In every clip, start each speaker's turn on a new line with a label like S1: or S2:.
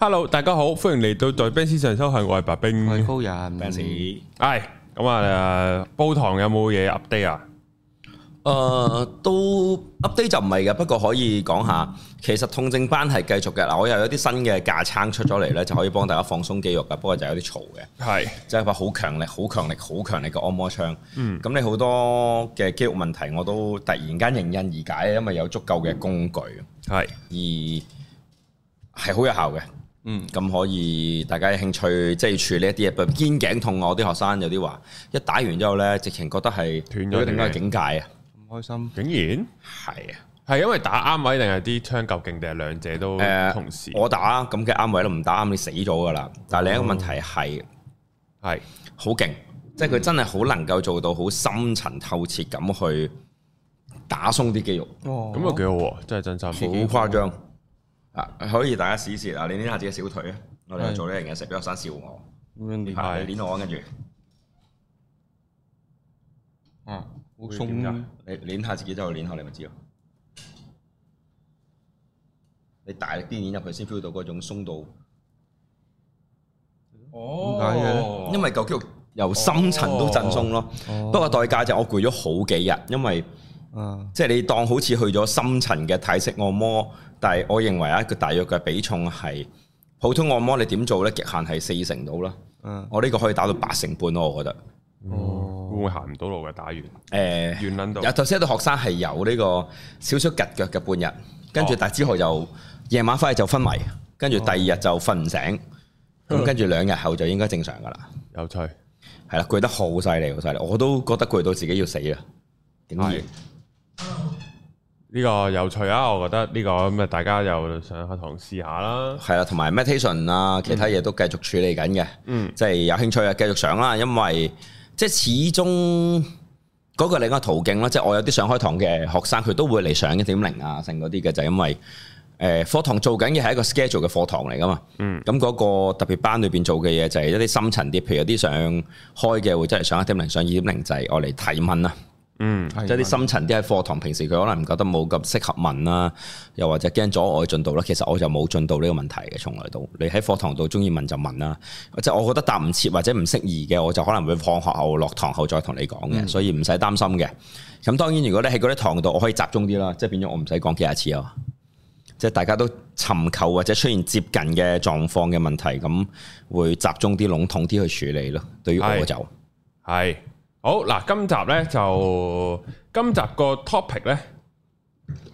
S1: Hello，大家好，歡迎嚟到在 Benz 上修行，我係白冰。
S2: 我係高人，
S3: 嗰陣時
S1: 係咁啊，誒煲堂有冇嘢 update 啊？
S3: 誒呃都 update 就唔係嘅，不過可以講下，其實痛症班係繼續嘅嗱，我又有啲新嘅架撐出咗嚟咧，就可以幫大家放鬆肌肉嘅，不過就有啲嘈嘅，
S1: 係
S3: 即係話好強力、好強力、好強力嘅按摩槍。嗯，咁你好多嘅肌肉問題我都突然間迎刃而解，因為有足夠嘅工具，
S1: 係
S3: 而係好有效嘅。
S2: 嗯，
S3: 咁可以大家有興趣即係處理一啲嘢，譬如肩頸痛啊，我啲學生有啲話一打完之後咧，直情覺得係
S1: 斷咗條
S3: 有啲另一個
S1: 頸
S3: 境界啊，
S2: 咁開心，
S1: 竟然
S3: 係啊。
S1: 係因為打啱位定係啲槍夠勁定係兩者都
S3: 誒
S1: 同時？
S3: 我打咁嘅啱位都唔打啱，你死咗噶啦。但係另一個問題係
S1: 係
S3: 好勁，即係佢真係好能夠做到好深層透徹咁去打鬆啲肌肉，
S2: 哦
S1: 咁啊又幾好喎，真係真
S3: 好
S1: 心
S3: 誇張啊！可以大家試一試啊！你捏下自己小腿啊！我哋去做呢樣嘢，食俾學生笑我，
S2: 咁樣練，
S1: 係
S3: 你捏我跟住
S2: 啊，好
S1: 會點㗎
S2: 鬆，
S3: 你捏下自己之後捏下，你咪知咯。你大力啲捏入去先 feel 到嗰種鬆度，
S2: 點解嘅
S1: 哦
S2: 咧？
S3: 哦因為嚿肌肉由深層都震鬆咯。
S2: 哦
S3: 不過代價就我攰咗好幾日，因為
S2: 啊，
S3: 即係你當好似去咗深層嘅體式按摩，但係我認為啊，佢大約嘅比重係普通按摩你點做呢？極限係四成到啦，
S2: 啊，
S3: 我呢個可以打到八成半咯，我覺得。
S1: 會
S2: 哦
S1: 唔會行唔到路嘅打 完遠
S3: 誒、
S1: 撚到
S3: 有頭先有啲學生係有呢個少少趌腳嘅半日，跟住
S1: 哦
S3: 但係之後就夜晚翻去就昏迷，跟住第二日就瞓唔醒，咁、
S1: 嗯
S3: 跟住兩日後就應該正常噶啦。
S1: 有趣，
S3: 係啦，攰得好犀利，好犀利，我都覺得攰到自己要死啦，竟然
S1: 係呢個有趣啊！我覺得呢個咁啊，大家又上下堂試下啦。
S3: 係啦，同埋 meditation 啊，其他嘢都繼續處理緊嘅。
S1: 嗯，
S3: 即係有興趣啊，繼續上啦，因為即係始終嗰個另一個途徑啦。即係我有啲上開堂嘅學生，佢都會嚟上一點零啊，成嗰啲嘅，就係因為誒、呃課堂做緊嘅係一個 schedule 嘅課堂嚟噶嘛。
S1: 嗯，
S3: 咁嗰個特別班裏邊做嘅嘢就係一啲深層啲，譬如有啲上開嘅會真係上一點零、上二點零，就係我嚟提問啊。
S1: 嗯，
S2: 即
S3: 即係啲深層啲喺課堂，平時佢可能覺得冇咁適合問啦，又或者驚阻礙進度啦。其實我就冇進度呢個問題嘅，從來都你喺課堂度中意問就問啦。即係我覺得答唔切或者唔適宜嘅，我就可能會放學後落堂後再同你講嘅，
S1: 嗯
S3: 所以唔使擔心嘅。咁當然，如果你喺嗰啲堂度，我可以集中啲啦，即係變咗我唔使講幾廿次啊。即係大家都尋求或者出現接近嘅狀況嘅問題，咁會集中啲籠統啲去處理咯。對於我
S1: 係
S3: 就
S1: 係好嗱，今集呢就今集個 topic 呢，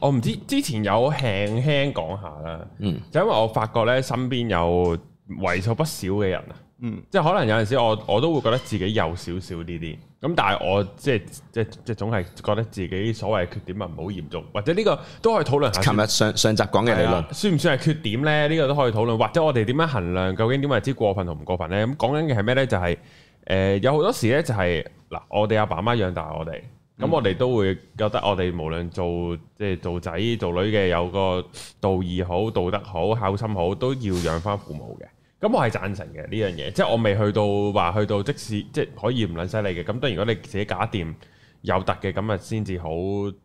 S1: 我唔知之前有輕輕講下啦，
S3: 嗯，
S1: 就因為我發覺呢，身邊有為數不少嘅人啊，
S2: 嗯，
S1: 即係可能有陣時我我都會覺得自己有少少呢啲，咁但係我即係即係即係總係覺得自己所謂嘅缺點啊唔好嚴重，或者呢個都可以討論下
S3: 琴
S1: 先。
S3: 日上上集講嘅理
S1: 係
S3: 論
S1: 啊。算唔算係缺點呢？呢、個都可以討論，或者我哋點樣衡量究竟點為之過分同唔過分呢？咁講緊嘅係咩呢？就係、呃有好多時呢，就係、嗱，我哋阿爸媽養大我哋，咁
S3: 嗯
S1: 我哋都會覺得我哋無論做即係做仔做女嘅，有個道義好、道德好、孝心好，都要養翻父母嘅。咁我係贊成嘅呢樣嘢，即係我未去到話去到即使即係可以唔撚犀利嘅。咁當然如果你自己搞掂有突嘅，咁啊先至好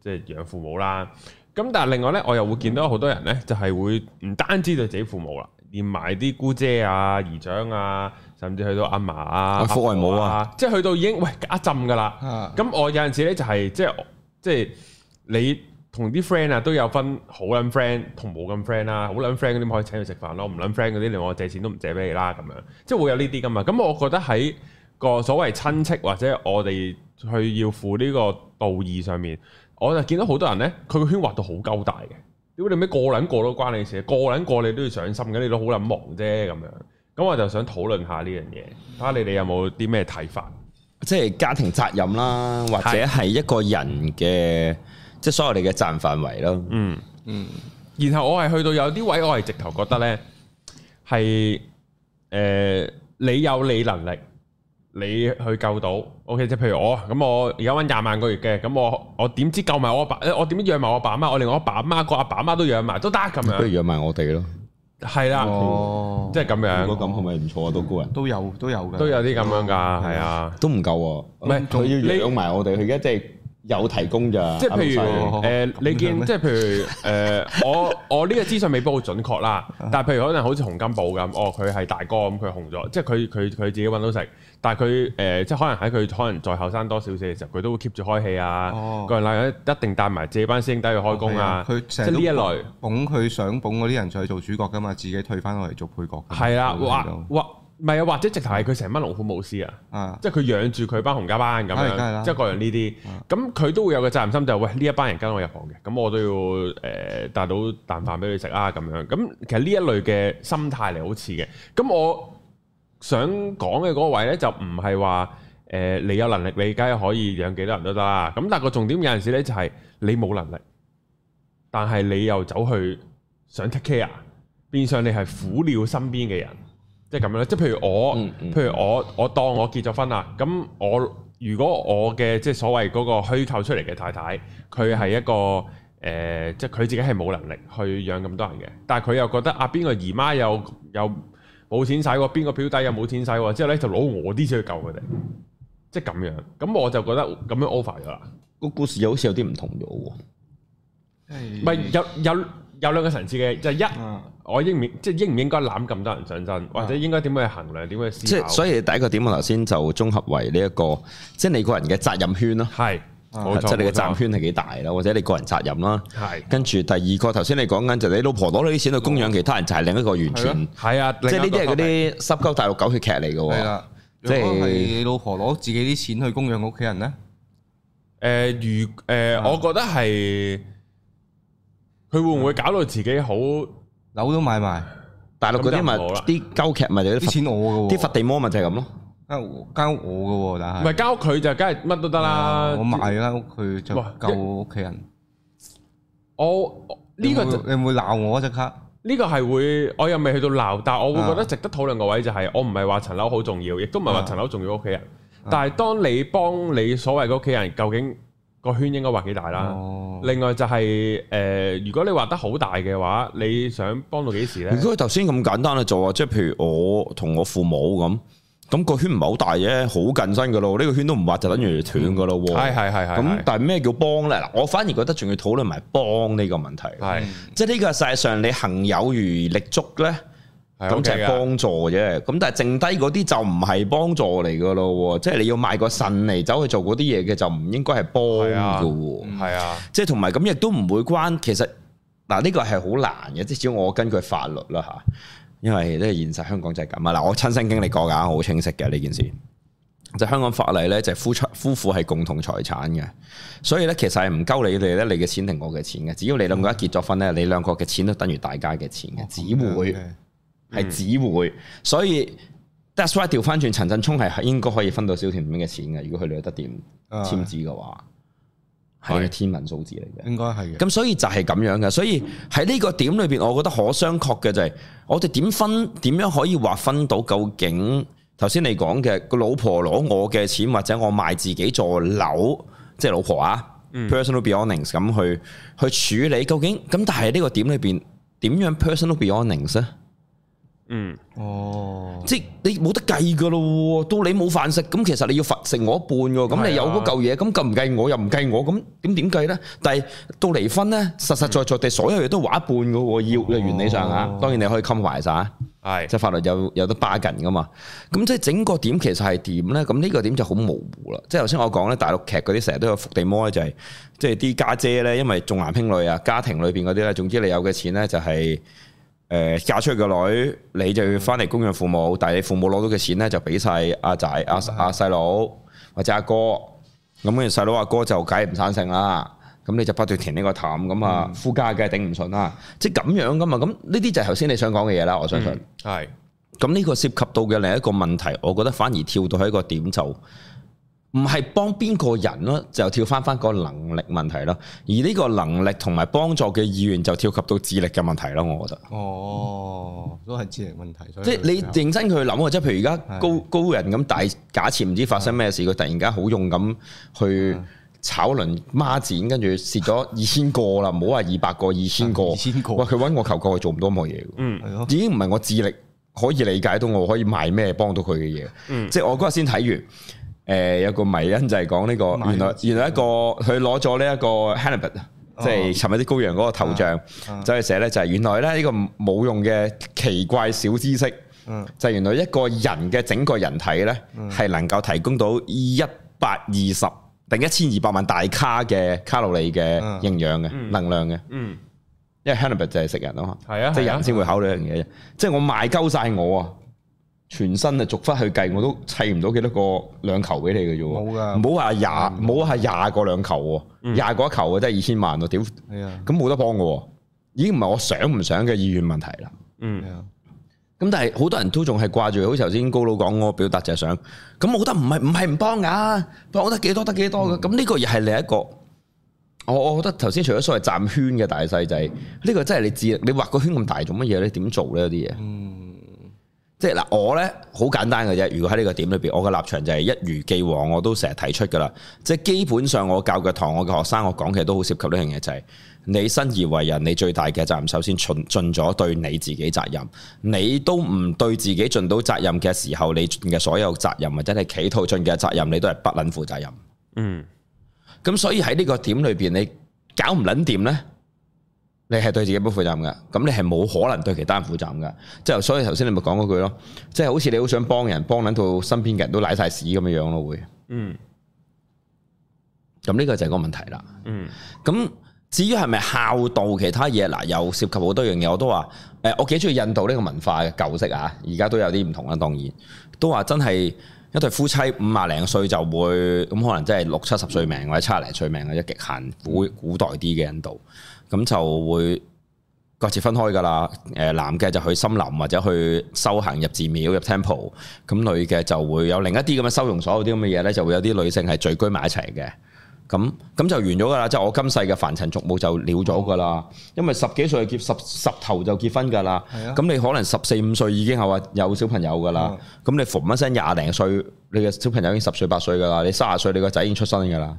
S1: 即係養父母啦。咁但係另外呢，我又會見到好多人呢，就係會唔單止對自己父母啦，連埋啲姑姐啊、姨丈啊，甚至去到阿嫲啊、
S3: 外父
S1: 阿婆
S3: 外母啊，
S1: 即係去到已經喂一浸噶啦。
S2: 啊，
S1: 咁我有陣時咧就係即係即係你同啲 friend 啊都有分好撚 friend 同冇咁 friend 啦，好撚 friend 嗰啲咪可以請佢食飯咯，唔撚 friend 嗰啲你話我借錢都唔借俾你啦咁樣，即係會有呢啲噶嘛。咁我覺得喺個所謂親戚或者我哋去要負呢個道義上面，我就見到好多人咧，佢個圈劃到好鳩大嘅。屌你咩個撚個都關你事，個撚個你都要上心嘅，你都好撚忙啫咁樣。咁我就想討論下呢樣嘢，睇下你哋有冇啲咩睇法？
S3: 即係家庭責任啦，或者係一個人嘅，即係所有你嘅責任範圍咯。
S1: 嗯。
S2: 嗯，
S1: 然後我係去到有啲位，我係直頭覺得呢係誒，你有你能力，你去救到。OK，即係譬如我咁，我而家揾廿萬個月嘅，咁我我點知救埋我阿爸？誒我點知養埋我阿爸阿媽？我連我阿爸阿媽個阿爸阿媽都養埋都得咁
S3: 不如
S1: 樣，
S3: 養埋我哋咯。
S1: 係啦，
S2: 哦，
S1: 即係咁樣，
S3: 咁係咪唔錯啊？都高人
S2: 都有都有嘅，
S1: 都有啲咁樣㗎，係啊，
S3: 都唔夠喎，
S1: 唔係
S3: 佢要養埋我哋，佢而家即係有提供咋，
S1: 即係譬
S3: 阿老細
S1: 如
S2: 哦
S1: 誒，你
S2: 咁樣
S1: 見
S2: 咩
S1: 即係譬如誒，我 我呢個資訊未必好準確啦，但係譬如可能好似洪金寶咁，哦佢係大哥咁，佢紅咗，即係佢佢佢自己揾到食，但係佢誒即係可能喺佢可能再後生多少少嘅時候，佢都會 keep 住開戲啊，
S2: 哦
S1: 個人嗱一定帶埋自己班師兄弟去開工啊，
S2: 佢
S1: 即
S2: 成
S1: 係
S2: 日
S1: 呢
S2: 都
S1: 一類
S2: 捧佢想捧嗰啲人就去做主角噶嘛，自己退翻落嚟做配角㗎嘛。
S1: 係啦，
S2: 我睇到
S1: 或或唔係啊，或者直頭係佢成班龍虎武師啊。
S2: 啊，
S1: 即係佢養住佢班紅家班咁
S2: 梗係梗係
S1: 樣，
S2: 啦啊
S1: 即係各樣呢啲，咁佢都會有個責任心，就係喂呢一班人跟我入行嘅，咁我都要誒帶到啖飯俾佢食啊咁樣。咁其實呢一類嘅心態嚟好似嘅。咁我想講嘅嗰位呢，就唔係話誒你有能力，你梗係可以養幾多人都得啦。咁但係個重點有陣時呢，就係你冇能力，但係你又走去想 take care，變相你係苦了身邊嘅人，即係咁樣咧。即係譬如我，
S3: 嗯嗯
S1: 譬如我，我當我結咗婚啦，咁我如果我嘅即係所謂嗰個虛構出嚟嘅太太，佢係一個誒、呃即係佢自己係冇能力去養咁多人嘅，但係佢又覺得啊邊個姨媽又又冇錢使喎，邊個表弟又冇錢使喎，之後咧就攞我啲錢去救佢哋，即係咁樣。咁我就覺得咁樣 over 咗啦。
S3: 個故事又好似有啲唔同咗喎。
S1: 唔係有有有兩個層次嘅，就係、一。
S2: 啊
S1: 我應唔即係應唔應該攬咁多人上身，或者應該點樣去衡量、點樣去
S3: 啊即
S1: 思
S3: 係
S1: 考？
S3: 所以第一個點我頭先就綜合為呢一個，即係你個人嘅責任圈咯，
S1: 係冇
S3: 啊即
S1: 錯，
S3: 係你嘅
S1: 冇錯
S3: 責任圈係幾大啦，或者你個人責任啦。
S1: 係
S3: 跟住第二個頭先你講緊就係你老婆攞咗啲錢去供養其他人，就係另一個完全，
S1: 哦係啊，
S3: 即係呢啲係嗰
S1: 另一
S3: 啲濕鳩大陸狗血劇嚟嘅
S2: 係
S1: 啊
S3: 喎。
S2: 啦，
S3: 即係
S2: 如果係你老婆攞自己啲錢去供養屋企人咧，
S1: 個 topic 誒如誒，
S3: 啊
S1: 我覺得係佢會唔會搞到自己好
S2: 樓都買埋，
S3: 大陸嗰啲咪
S1: 咁就唔好啦
S3: 啲鳩劇咪就係啲
S2: 啲
S3: 佛
S2: 錢我嘅
S3: 啲
S2: 喎，
S3: 佛地魔咪就係咁咯。
S2: 間屋間屋我嘅喎，
S1: 唔
S2: 但係
S1: 係交佢就梗係乜都得啦
S3: 啊
S2: 我。賣間屋佢就
S1: 哇
S2: 救屋企人。
S1: 我呢個就
S2: 你會唔會鬧我啊即刻？
S1: 呢個係會，我又未去到鬧，但係我會覺
S3: 嗯
S1: 得
S2: 啊
S1: 值得討論個位就係，我唔係話層樓好重要，亦都唔係話
S2: 啊
S1: 層樓重要屋企人。
S3: 啊
S1: 但係當你幫你所謂嘅屋企人，究竟個圈應該畫幾大
S3: 啊
S1: 啦？
S2: 哦，
S1: 另外就係、呃如果你畫得好大嘅話，你想幫到幾時呢
S3: 如？果佢頭先咁簡單嘅做啊，即係譬如我同我父母咁，咁個圈唔係好大啫，好近身噶咯，呢個圈都唔畫就等於斷噶咯喎。
S1: 係係係係
S3: 咁但係咩叫幫咧？嗱，我反而覺得仲要討論埋幫呢個問題，
S1: 係
S3: 即係呢個世界上你行有餘力足咧，
S1: 係
S3: 咁就
S1: OK
S3: 係
S1: 㗎
S3: 幫助啫。咁但係剩低嗰啲就唔係幫助嚟噶咯喎，即係你要賣個腎嚟走去做嗰啲嘢嘅，就唔應該係幫
S1: 係啊
S3: 嘅喎。
S1: 係啊，
S3: 即係同埋咁亦都唔會關，其實嗱呢個係好難嘅，即係只要我根據法律啦吓，因為咧現實香港就係咁啊！嗱，我親身經歷過㗎，好清晰嘅呢件事。就香港法例咧，就係夫妻夫婦係共同財產嘅，所以咧其實係唔鳩你哋咧，你嘅錢定我嘅錢嘅，只要你兩個一結咗婚咧，你兩個嘅錢都等於大家嘅錢
S2: 哦嗯
S3: 嘅，只會係只會，所以 that's why 調翻轉陳振聰係應該可以分到小團面嘅錢嘅，如果佢哋有得點
S2: 啊
S3: 簽字嘅話，係天文數字嚟嘅。
S2: 應該係嘅。
S3: 咁所以就係咁樣嘅，所以喺呢個點裏邊，我覺得可商榷嘅就係、我哋點分點樣可以劃分到究竟頭先你講嘅個老婆攞我嘅錢，或者我賣自己座樓，即係老婆啊、personal belongings 咁去去處理，究竟咁但係呢個點裏邊點樣 personal belongings 咧？
S1: 嗯，
S2: 哦，
S3: 即係你冇得計噶咯喎，到你冇飯食，咁其實你要罰食我一半喎。咁
S1: 係啊
S3: 你有嗰嚿嘢，咁計唔計我又唔計我，咁點點計呢？但係到離婚呢，實實在在地所有嘢都劃一半噶喎，要原理上啊
S2: 哦。
S3: 當然你可以 compromise 啊，
S1: 係
S3: 即係法律有有得巴緊噶嘛。咁即係整個點其實係點呢？咁呢個點就好模糊啦。即係頭先我講呢，大陸劇嗰啲成日都有伏地魔呢，就係即係啲家姐呢，因為重男輕女啊，家庭裏邊嗰啲呢，總之你有嘅錢呢，就係、誒、嫁出去個女，你就要翻嚟供養父母，但係你父母攞到嘅錢咧就俾晒阿仔、阿阿細佬或者阿哥，咁跟住細佬阿哥就梗係唔生性啦，咁你就不斷填呢個氹，咁啊夫家梗係頂唔順啦，即係咁樣噶嘛，咁呢啲就係頭先你想講嘅嘢啦，我相
S1: 嗯
S3: 信。
S1: 係
S3: 咁呢個涉及到嘅另一個問題，我覺得反而跳到去一個點就唔係幫邊個人咯，就跳翻翻個能力問題咯，而呢個能力同埋幫助嘅意願就跳及到智力嘅問題咯，我覺得。
S2: 哦，都係智力問題。所以
S3: 即係你認真去諗啊！即係譬如而家高
S2: 係
S3: 高人咁大，假設唔知發生咩事，佢突然間好勇咁去炒輪孖展，跟住蝕咗二千個啦，唔好話二百個、二千個，
S2: 二千個
S3: 哇！佢揾我求救，佢做唔到咁嘅嘢喎，
S1: 嗯
S2: 係咯
S3: 已經唔係
S2: 嗯
S3: 我智力可以理解到我可以賣咩幫到佢嘅嘢。即係我嗰日先睇完。誒有個迷因就係講呢個
S2: 迷因
S3: 原來原來一個佢攞咗呢一個 Hannibal，即係尋日啲羔羊嗰個頭像，
S2: 哦啊
S3: 走去寫咧就係原來咧呢個冇用嘅奇怪小知識，
S2: 嗯
S3: 就係原來一個人嘅整個人體咧係能夠提供到一百二十定一千二百萬大卡嘅卡路里嘅
S2: 嗯
S3: 營養嘅
S1: 嗯
S3: 能量嘅，
S1: 嗯，
S3: 因為 Hannibal 就係食人啊嘛。
S1: 係啊，
S3: 即係
S1: 係啊
S3: 人先會考慮一樣嘢啫。即係我賣鳩晒我啊，全身啊逐忽去計，我都砌唔到幾多個兩球俾你嘅啫喎。
S2: 冇㗎
S1: 啊
S3: 唔好話廿，
S1: 嗯
S3: 唔好話廿個兩球喎，廿個一球啊，真係二千萬喎。屌，咁
S2: 係啊，
S3: 冇得幫嘅喎，已經唔係我想唔想嘅意願問題啦。
S1: 嗯
S2: 係啊，
S3: 咁但係好多人都仲係掛住，好似頭先高佬講嗰個表達就係想，咁我覺得唔係唔係唔幫㗎，幫得幾多得幾多嘅。咁呢個又係另一個，我我覺得頭先除咗所謂站圈嘅大細就係呢個真係你智力，你畫個圈咁大做乜嘢咧？點做咧？有啲嘢，
S2: 嗯
S3: 即係嗱，我咧好簡單嘅啫。如果喺呢個點裏邊，我嘅立場就係一如既往，我都成日提出㗎啦。即係基本上我教嘅堂，我嘅學生，我講嘅都好涉及呢樣嘢，就係、你生而為人，你最大嘅責任，首先盡盡咗對你自己責任。你都唔對自己盡到責任嘅時候，你盡嘅所有責任或者係企圖盡嘅責任，你都係不撚負責任。
S1: 嗯
S3: 咁所以喺呢個點裏邊，你搞唔撚掂呢？你係對自己不負責任嘅，咁你係冇可能對其他人負責任嘅。即係所以頭先你咪講嗰句咯，即係好似你好想幫人，幫撚到身邊嘅人都舐晒屎咁樣樣咯，會。
S1: 嗯
S3: 咁呢個就係個問題啦。
S1: 嗯
S3: 咁至於係咪孝道其他嘢嗱，又涉及好多樣嘢，我都話誒、我幾中意印度呢個文化嘅舊式啊，而家都有啲唔同啦，當然都話真係一對夫妻五廿零歲就會咁，可能真係六七十歲命或者七廿零歲命嘅一極限，古古代啲嘅印度咁就會。各自分開㗎啦，誒男嘅就去森林或者去修行入寺廟入 temple，咁女嘅就會有另一啲咁嘅收容所有啲咁嘅嘢呢，就會有啲女性係聚居埋一齊嘅。咁咁就完咗㗎啦，即係我今世嘅凡塵俗務就了咗㗎啦。因為十幾歲就結十十頭就結婚㗎啦，
S2: 係啊
S3: 咁你可能十四五歲已經係話有小朋友㗎啦
S2: 嗯。
S3: 咁你逢一聲廿零歲，你嘅小朋友已經十歲八歲㗎啦，你三十歲你個仔已經出生㗎啦。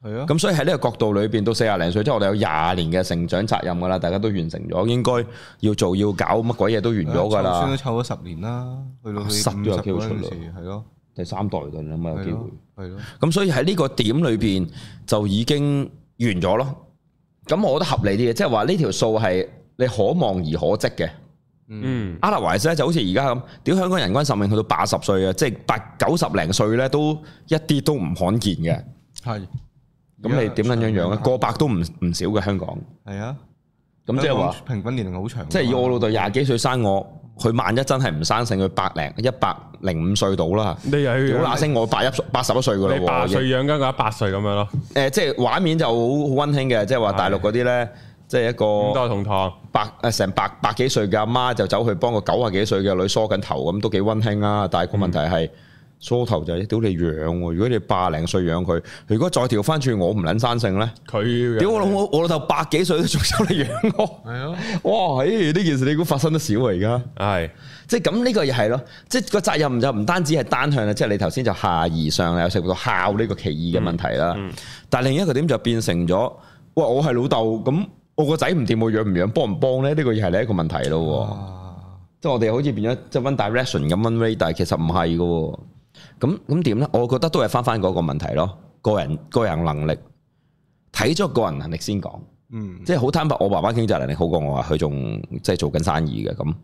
S2: 係啊，
S3: 咁所以喺呢個角度裏邊，到四廿零歲之後，我哋有廿年嘅成長責任噶啦，大家都完成咗，應該要做要搞乜鬼嘢都完咗噶
S2: 啊湊孫
S3: 啦
S2: 都。湊咗十年啦，去到佢
S3: 十都
S2: 五
S3: 有
S2: 十
S3: 機會
S2: 嗰陣
S3: 出
S2: 時，係咯，
S3: 第三代㗎啦嘛，有
S2: 係
S3: 機會
S2: 咯。，係咯，
S3: 咁所以喺呢個點裏邊就已經完咗咯。咁我覺得合理啲嘅，即係話呢條數係你可望而可即嘅。
S1: 嗯
S3: 阿拉維斯咧就好似而家咁，屌香港人均壽命去到八十歲啊，即係八九十零歲咧都一啲都唔罕見嘅。
S2: 係。
S3: 咁你點撚樣
S1: 啊
S3: 啊樣咧？
S2: 咧？
S3: 過百都唔唔少嘅香港。
S2: 啊係啊，
S3: 咁即係話。
S2: 香港平均年齡好長㗎嘛，
S3: 即係以我老豆廿幾歲生我，佢萬一真係唔生性，佢百零一百零五歲到啦。
S1: 你又
S3: 屌
S1: 要
S3: 那聲我八一八十一歲噶啦
S1: 你八
S3: 喎，
S1: 歲養緊佢一百歲咁樣咯，
S3: 誒即係畫面就好好温馨嘅，即係話大陸嗰啲咧，即係一
S1: 五
S3: 個
S1: 代同堂，
S3: 百誒成百百幾歲嘅阿媽就走去幫個九啊幾歲嘅女梳緊頭，咁都幾温馨啊！但係個問題係梳頭就係屌你養喎，如果你八零歲養佢，如果再調翻轉我唔撚生性咧，
S1: 佢要
S3: 屌我老母我老豆百幾歲都仲走嚟養我，
S2: 係啊咯，
S3: 哇！咦呢件事你估發生得少啊而家？
S1: 係
S3: 即係咁呢個又係咯，即係個責任就唔單止係單向啦，即係你頭先就下而上啦，有涉及到孝呢個歧義嘅問題啦。但係另一個點就變成咗，喂，我係老豆，咁我個仔唔掂，我養唔養，幫唔幫咧？呢、個又係另一個問題咯喎。
S2: 啊，
S3: 即係我哋好似變咗即係 one direction 咁 one way，但係其實唔係嘅喎。咁咁點咧？我覺得都係翻翻嗰個問題咯，個人個人能力睇咗個人能力先講。
S2: 嗯，
S3: 即係好坦白，我爸爸經濟能力好過我啊，佢仲即係做緊生意嘅咁，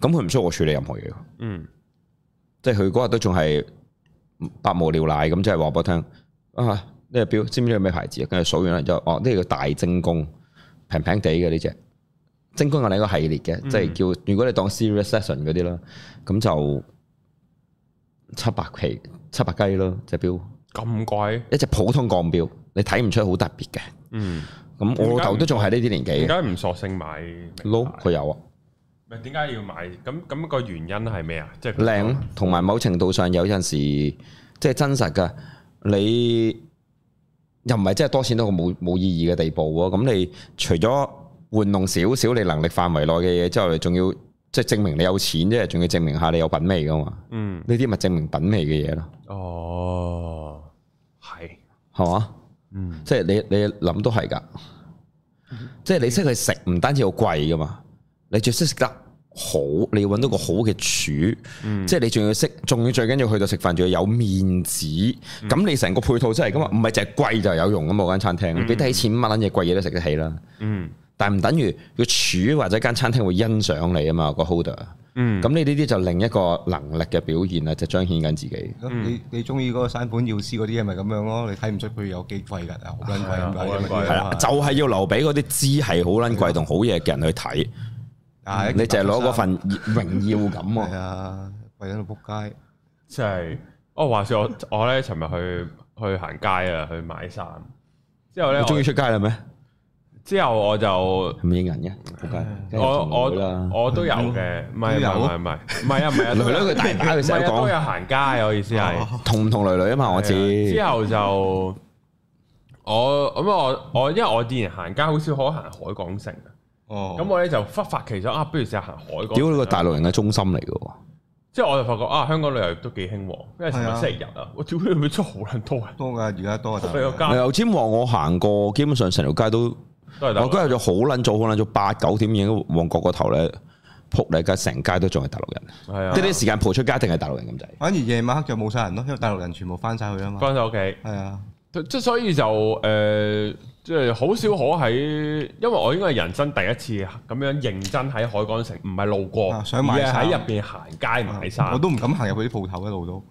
S3: 咁佢唔需要我處理任何嘢，
S1: 嗯
S3: 即係佢嗰日都仲係百無聊賴咁，即係話俾我聽啊，呢隻表知唔知有咩牌子啊？跟住數完啦，就哦呢個叫大精工，平平地嘅呢只精工係另一個系列嘅，即係叫如果你當 serious session 嗰啲啦，咁就七百皮七百雞咯，隻表
S1: 咁貴，
S3: 一隻普通鋼表，你睇唔出好特別嘅。
S1: 嗯，
S3: 咁我老豆都仲係呢啲年紀
S1: 點
S3: 嘅，
S1: 解唔索性買
S3: 撈佢有啊。
S1: 咪點解要買？咁咁個原因係咩啊？即係
S3: 靚，同埋某程度上有陣時即係真實噶，你又唔係真係多錢到個冇冇意義嘅地步喎。咁你除咗玩弄少少你能力範圍內嘅嘢之後，你仲要即係證明你有錢啫，仲要證明下你有品味噶嘛？
S1: 嗯，
S3: 呢啲咪證明品味嘅嘢咯，
S1: 哦，係，
S3: 係嘛？
S1: 嗯
S3: 即係你你諗都係噶，即係你識去食唔單止好貴噶嘛，你仲識食得好，你要揾到個好嘅廚，即係你仲要識，仲要最緊要去到食飯，仲要有面子。咁、你成個配套真係咁啊，唔係淨係貴就有用咁嘛！間餐廳，你俾得起錢，乜撚嘢貴嘢都食得起啦。
S1: 嗯
S3: 但唔等於個廚或者間餐廳會欣賞你啊嘛，個 holder。
S1: 嗯
S3: 咁你呢啲就另一個能力嘅表現啦，就彰顯緊自己。
S2: 你你中意嗰個山本耀司嗰啲嘢咪咁樣咯？你睇唔出佢有幾貴㗎，好撚貴
S1: 係啊
S2: 咁
S1: 好
S2: 解
S1: 撚貴
S2: 因為
S3: 係啦，就係要留俾嗰啲知係好撚貴同好嘢嘅人去睇，
S2: 但係
S3: 你就係攞嗰份 榮耀感喎
S2: 係。啊，貴到仆街。
S1: 即係哦，話說我我咧，尋日去去行街啊，去買衫之後咧，
S3: 你中
S1: 我
S3: 意出街啦咩？
S1: 之後我就。
S3: 唔應人嘅，仆街梗係
S1: 我
S3: 唔會啦嗯
S1: 我我都有嘅，唔係唔
S2: 都有
S1: 係唔係唔係啊唔係啊，
S3: 女女佢大把佢成
S1: 唔
S3: 日
S1: 係啊都
S3: 講
S1: 有行街啊，我意思係。
S3: 同唔同女女啊嘛，我知。
S1: 之後就我咁啊我我因為我以前行街好少可行海港城啊，
S2: 哦，
S1: 咁我咧就忽發奇想啊，不如試下行海港城啊。
S3: 屌你個大陸人嘅中心嚟嘅喎，
S1: 之後我就發覺啊，香港旅遊業都幾興旺，因為成
S2: 係
S1: 日
S2: 啊
S1: 星期日啊，我屌你咪真係好撚多人，
S2: 多㗎，而家多啊，大
S1: 你個
S2: 陸
S1: 街
S3: 由尖旺我行過，基本上成條街都，
S1: 都係大
S3: 我
S1: 陸
S3: 嗰
S1: 人
S3: 日就好撚早，好撚早八九點已經旺角個頭咧，撲你街，成街都仲係大陸人。
S1: 係啊哦
S3: 即，係呢啲時間蒲出街一定係大陸人咁滯。
S2: 反而夜晚黑就冇晒人咯，因為大陸人全部翻晒去啊嘛。
S1: 翻晒屋企。
S2: 係啊，
S1: 即係所以就誒，呃即係好少可喺，因為我應該係人生第一次咁樣認真喺海港城，唔係路過，
S2: 啊想買
S1: 而係
S2: 衫嗯
S1: 喺入邊行街買衫。
S2: 我都唔敢行入去啲鋪頭一路都，好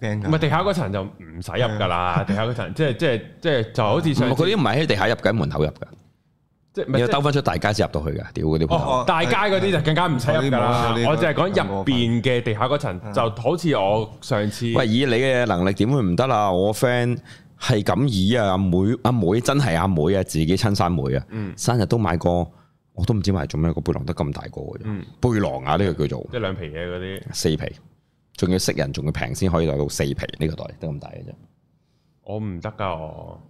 S2: 驚
S1: 唔係
S2: 㗎。
S1: 地下嗰層就唔使入㗎
S2: 啊
S1: 啦，地下嗰層即係即係即係就好似上
S3: 嗰
S1: 次
S3: 啲唔係喺地下入嘅，喺門口入嘅，
S1: 即係唔
S3: 你
S1: 係
S3: 要
S1: 即
S3: 兜
S1: 係
S3: 翻出大街先入到去嘅。屌嗰啲鋪頭
S1: 哦大街嗰啲就更加唔使入㗎啦
S2: 嗰啲冇啦嗰。啲
S1: 我就係講入邊嘅地下嗰
S2: 嗯
S1: 層，就好似我上次
S3: 喂，以你嘅能力點會唔得啦？我 friend 係咁以啊，阿妹阿妹真係阿妹啊，自己親生妹啊，
S1: 嗯
S3: 生日都買過，我都唔知買做咩個背囊得咁大個嘅啫，
S1: 嗯
S3: 背囊啊呢個叫做
S1: 即係兩皮嘢嗰啲，
S3: 四皮，仲要識人，仲要平先可以攞到四皮呢個袋，得咁大嘅啫。
S1: 我唔得㗎我，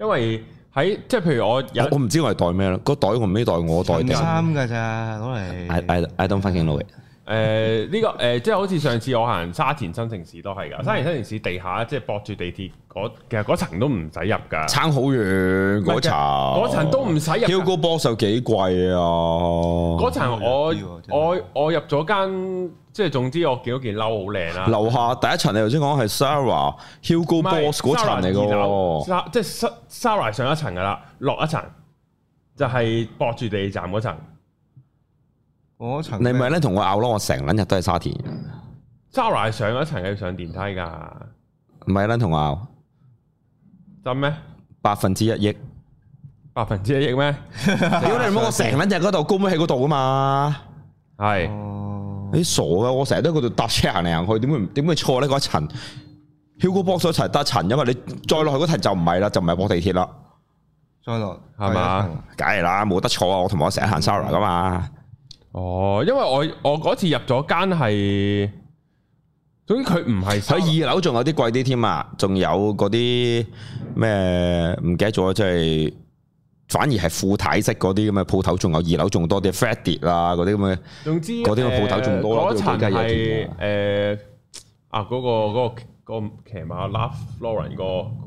S1: 因為喺即係譬如我有
S3: 我我唔知我係袋咩啦，個袋我唔知袋我袋
S2: 襯
S3: 定。
S2: 衫㗎咋，攞
S3: I
S2: 嚟。
S3: I I don't fucking know it。
S1: 誒呢、個誒、即係好似上次我行沙田新城市都係
S3: 嗯
S1: 㗎，沙田新城市地下即係駁住地鐵嗰其實嗰層都唔使入㗎，
S3: 撐好遠嗰層，
S1: 嗰層都唔使入㗎。
S3: Hugo Boss 有幾貴
S1: 嗰
S3: 啊？
S1: 層我
S2: 嗯
S1: 我我入咗間，即係總之我見到件褸好靚啦。
S3: 樓下第一層你頭先講係 Sarah Hugo
S1: 唔係
S3: Boss 嗰層嚟嘅
S1: Zara 二
S3: 喎
S1: 樓。Zara- 即係 Sara 上一層㗎啦，落一層就係駁住地鐵站嗰層。
S2: 我嗰層
S3: 你咪咧同我拗咯，我成撚日都係沙田，
S1: Sara 上一層係要上電梯㗎，
S3: 唔係撚同我拗，
S1: 真咩？
S3: 百分之 一億。
S1: 百分之一億咩？
S3: 屌你老母，我成撚日嗰度高尾喺嗰度噶嘛？
S1: 係。
S2: 哦，
S3: 你傻噶，我成日都喺嗰度搭車行嚟行去，點會唔點會錯呢？嗰一層 Hugo Boss 嗰層得一層，因為你再落去嗰層就唔係啦，就唔係駁地鐵啦，
S2: 再落
S1: 係嘛？
S3: 梗係啦，冇得錯啊！我同埋我成日行 Sarah 噶嘛，
S1: 哦，因為我我嗰次入咗間係，總之佢唔係收
S3: 佢二樓仲有啲貴啲添啊，仲有嗰啲咩唔記得咗，即係反而係副體式嗰啲咁嘅鋪頭，仲有二樓仲多啲 Freddy 啊嗰啲咁嘅。
S1: 總之
S3: 嗰啲個鋪頭仲多啦
S1: 嗰層
S3: 嗰啲雞翼
S1: 係
S3: 仲
S1: 誒啊嗰個嗰個嗰個騎馬 Love Lauren 個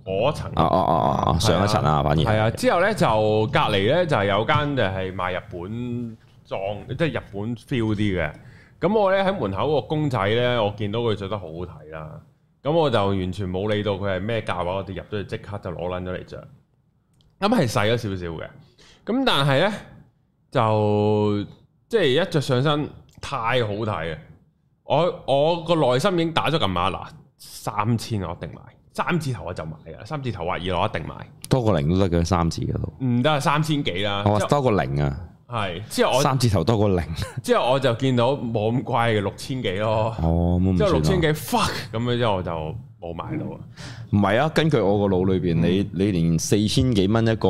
S1: 嗰層
S3: 哦哦哦哦哦，上一層啊，反而
S1: 係啊，之後咧就隔離咧就係有間就係賣日本裝，即係日本 feel 啲嘅。咁我咧喺門口個公仔咧，我見到佢着得好好睇啦。咁我就完全冇理到佢係咩價位，我哋入咗去即刻就攞撚咗嚟着。咁係細咗少少嘅，咁但係咧就即係一着上身太好睇啊！我我個內心已經打咗咁碼嗱，三千我一定買，啊三字頭我就買啊，三字頭或以內我一定買。
S3: 多個零都得嘅三字嗰度，
S1: 唔得三千幾啦，
S3: 我話多個零啊，
S1: 係之後我
S3: 三字頭多個零，啊
S1: 之後我就見到冇咁貴嘅六千幾咯，
S3: 哦，咁
S1: 之後
S3: 唔
S1: 六千
S3: 算
S1: 幾
S3: 啦
S1: fuck 咁樣之後我就冇買到啊，
S3: 唔係啊，根據我個腦裏邊，你你連四千幾蚊一個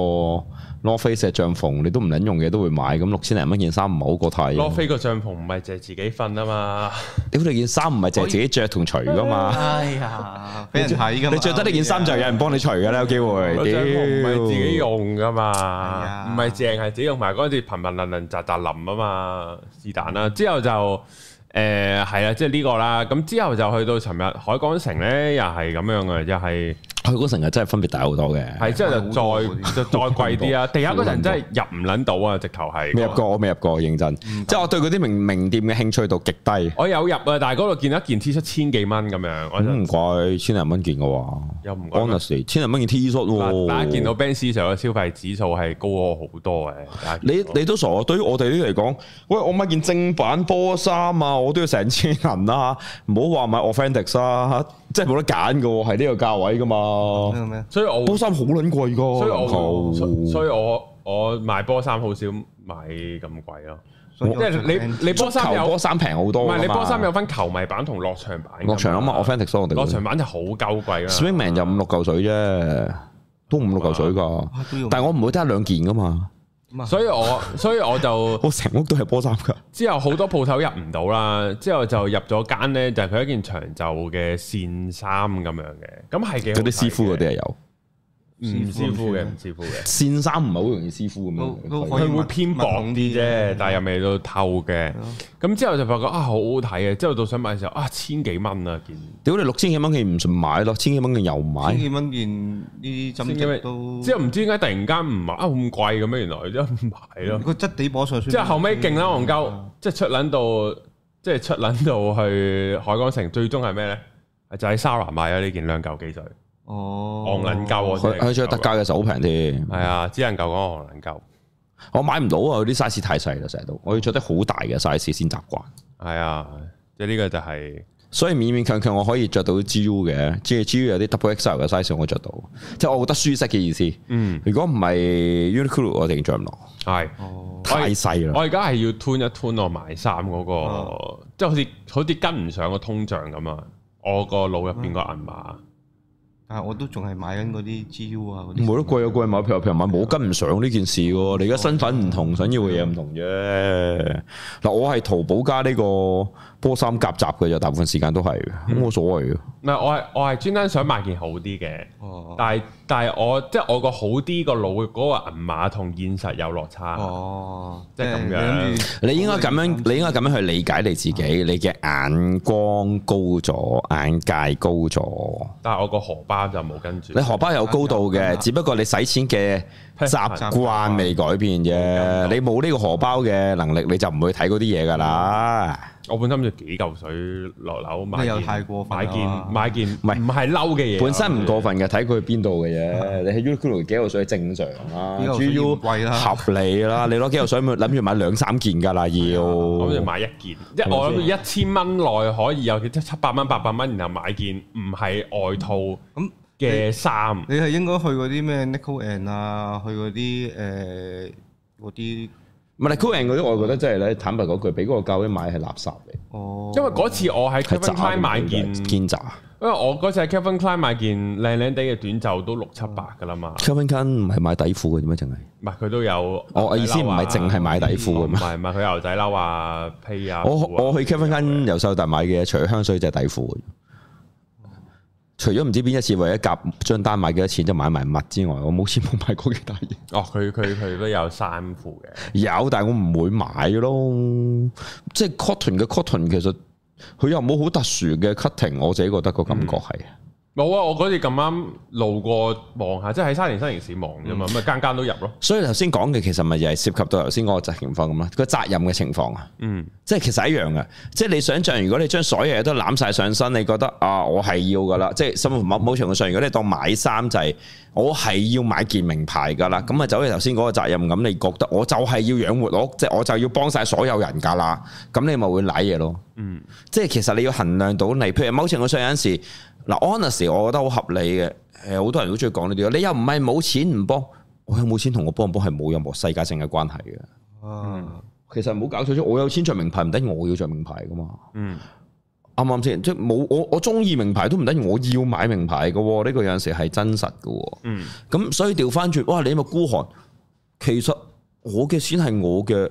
S3: North Face 嘅帳篷，你都唔撚用嘅都會買，咁六千零蚊件衫唔係好過太。
S1: 洛菲個帳篷唔係淨係自己瞓啊嘛，
S3: 屌你件衫唔係淨係自己着同除噶嘛，
S2: 哎呀，俾人睇
S1: 啊
S2: 㗎嘛
S3: 你着得呢件衫就有人幫你除噶啦，有機會。
S1: 個
S3: 屌，
S1: 帳啊篷唔係自己用噶
S2: 啊
S1: 嘛，唔係淨係自己用埋嗰陣時頻頻輪輪雜雜淋啊嘛，是但啦，之後就呃誒係啦，即係呢個啦，咁之後就去到尋日海港城咧又係咁樣嘅，又係。
S3: 去佢嗰成日真係分別大好多嘅。
S1: 係之後就
S2: 好多嗰
S1: 再
S2: 啲
S1: 就再貴啲啊！地下嗰陣真係入唔撚到啊，直頭係
S3: 未入過，我未入過，認真。即係我對嗰啲名名店嘅興趣度極低。
S1: 我有入啊，但係嗰度見到一件 T 恤千幾蚊咁樣，我
S3: 咁
S1: 就
S3: 嗯唔怪千零蚊件嘅喎
S1: 又唔怪
S3: ，honestly 千零蚊件 T 恤喎，
S1: 大家見到 Ben Sir 嘅消費指數係高我好多嘅。大家
S3: 你
S1: 見到
S3: 你都傻啊，對於我哋呢啲嚟講，喂，我買件正版波衫啊，我都要成千銀啦，唔好話買 Authentics 啊，即係冇得揀嘅喎，係呢個價位噶嘛，
S2: 咩咩？
S1: 所以我
S3: 波衫好撚貴噶，
S1: 嗯所以
S3: 求
S1: 我所所以我我買波衫好少買咁貴咯，
S2: 所以
S1: 即
S2: 我
S1: 係
S2: 最
S1: 你你波衫
S3: 足球
S1: 有
S3: 波衫平好多
S1: 唔
S3: 㗎嘛，
S1: 係你波衫有分球迷版同落場版㗎嘛，
S3: 落場啊嘛，Authentics 我哋
S1: 落場版就好鳩貴啦。啊
S3: Swingman 就五六嚿水啫，都五六嚿水噶，
S2: 啊都要
S3: 但係我唔會得一兩件噶嘛，
S1: 所以我所以我就
S3: 我成屋都係波衫噶，
S1: 之後好多鋪頭入唔到啦，之後就入咗間咧，就係佢一件長袖嘅線衫咁樣嘅，咁係幾好睇嘅
S3: 嗰啲師傅嗰啲係有，
S1: 唔嗯師傅嘅，唔師傅嘅，
S3: 線衫唔係好容易師傅咁
S2: 都
S3: 樣，
S2: 都可以
S1: 佢會偏薄啲啫，但係又未到透嘅。咁之後就發覺啊，好好睇嘅，之後到想買嘅時候啊，千幾蚊啊件，
S3: 屌你六千幾蚊嘅唔信買咯，千幾蚊嘅又買
S2: 千。幾蚊件呢啲針
S1: 千幾蚊
S2: 織都，
S1: 之後唔知點解突然間唔買啊咁貴咁樣，原來之後唔買咯。
S2: 個質地摸上嗯去。
S1: 之後後尾勁啦，戇鳩，即係出撚到，即係出撚到去海港城，最終係咩咧？就喺 Sara 買咗呢件兩嚿幾水，
S2: 哦，
S1: 戇撚鳩我
S3: 佢
S1: 真
S3: 佢
S1: 係
S3: 仲有特價嘅時候好平添，
S1: 係啊，只能夠講戇撚鳩，
S3: 我買唔到啊！佢啲 size 太細啦，成日都，我要着得好大嘅 size 先習慣，
S1: 係啊，即係呢個就係
S3: 所以勉勉強強我可以着到 GU 嘅，G GU 有啲 double XL 嘅 size 我着到，即係我覺得舒適嘅意思。
S1: 嗯
S3: 如果唔係 Uniqlo 我一定着唔落，
S1: 係。
S2: 哦，
S3: 太細
S1: 我
S3: 啦。
S1: 而家係要 turn 一 turn 我買衫嗰個，即係好似好似跟唔上個通脹咁啊！我個腦入邊個銀碼，
S2: 但係我都仲係買緊嗰啲 GU 啊嗰啲。
S3: 冇得貴有貴買，譬如譬如買冇跟唔上呢件事喎。你而家身份唔同，想要嘅嘢唔同啫。嗱，我係淘寶加呢個波衫夾雜嘅啫，大部分時間都係，咁冇所謂嘅。
S1: 唔係我係我係專登想買件好啲嘅，
S2: 哦
S1: 但係但係我即係我個好啲個腦嗰個銀碼同現實有落差。
S2: 哦，
S1: 即係咁樣
S2: 你諗住
S3: 你應該咁樣，你應該咁樣去理解你自己，你嘅眼光高咗，眼界高咗，
S1: 但係我個荷包就冇跟住
S3: 你。荷包有高度
S2: 啊
S3: 嘅
S2: 有，
S3: 只不過你使錢嘅習慣未改變啫。你冇呢個荷包嘅能力，你就唔會睇嗰啲嘢噶啦。
S1: 我本身諗住幾嚿水落樓買件，
S2: 你又太過分
S1: 買
S2: 啦
S1: 件買件唔
S3: 係
S1: 係唔係嬲嘅嘢。啊嗯
S3: 本身唔過分嘅，睇佢去邊度嘅啫。你喺 Uniqlo 幾嚿水正常啦
S2: 幾嚿水
S3: ，GU
S2: 唔貴啦
S3: 合 理啦。你攞幾嚿水咪諗住買兩三件㗎啦，要。
S1: 我啊諗住買一件，即係我諗住一千蚊內可以有即七百蚊、八百蚊，然後買件唔係外套
S2: 咁
S1: 嘅
S3: 哦
S1: 衫。
S2: 你係應該去嗰啲咩 Nickel and 啊，去嗰啲誒嗰啲
S3: 唔係 Cool and 嗰啲，我覺得真係咧，坦白嗰句，俾嗰個價位買係垃圾嚟。啊
S2: 哦，
S1: 因為嗰次我喺
S3: 係
S1: Kevin Klein 買件，因
S3: 堅渣。
S1: 為我嗰次喺 Kevin Klein 買件靚靚地嘅短袖都六
S3: 哦
S1: 七百噶啦嘛，
S3: Kevin Klein 唔係買底褲嘅，點解淨係？
S1: 唔係佢都有。
S3: 哦我意思唔係淨係買底褲
S1: 啊唔
S3: 嘅嘛。
S1: 係唔係佢牛仔褸啊、披啊。
S3: 我
S1: 褲啊
S3: 我去 Kevin Klein 由細到大買嘅，除咗香水就係底褲嘅。除咗唔知邊一次為咗夾張單買幾多錢，就買埋襪之外，我冇錢冇買過幾大嘢。
S1: 哦，佢佢佢都有衫褲嘅。
S3: 有，但係我唔會買咯。即係 cotton 嘅 cotton，其實佢又冇好特殊嘅 cutting，我自己覺得個感覺係。
S1: 冇啊！我嗰次咁啱路過望下，即係喺沙田新城市望
S3: 嗯
S1: 啫嘛，咁啊間間都入咯。
S3: 所以頭先講嘅其實咪又係涉及到頭先嗰個情況咁啦，個責任嘅情況啊。
S1: 嗯，
S3: 即係其實一樣嘅，即係你想象，如果你將所有嘢都攬晒上身，你覺得啊，我係要噶啦，即係甚至乎某某程度上，如果你當買衫就係、我係要買件名牌噶啦，咁啊走去頭先嗰個責任咁，你覺得我就係要養活我，即係我就要幫晒所有人噶啦，咁你咪會舐嘢咯。
S1: 嗯，
S3: 即係其實你要衡量到你，譬如某程度上有陣時，嗱 honest 我覺得好合理嘅，誒好多人都中意講呢啲，你又唔係冇錢唔幫，我有冇錢同我幫唔幫係冇任何世界性嘅關係嘅。
S1: 嗯
S2: 啊
S3: 其實唔好搞錯咗，我有錢着名牌唔等於我要着名牌噶嘛，
S1: 嗯，
S3: 啱唔啱先？即係冇我我中意名牌都唔等於我要買名牌噶喎，呢、個有陣時係真實噶喎。
S1: 嗯，
S3: 咁所以調翻轉，哇！你咪孤寒，其實我嘅錢係我嘅，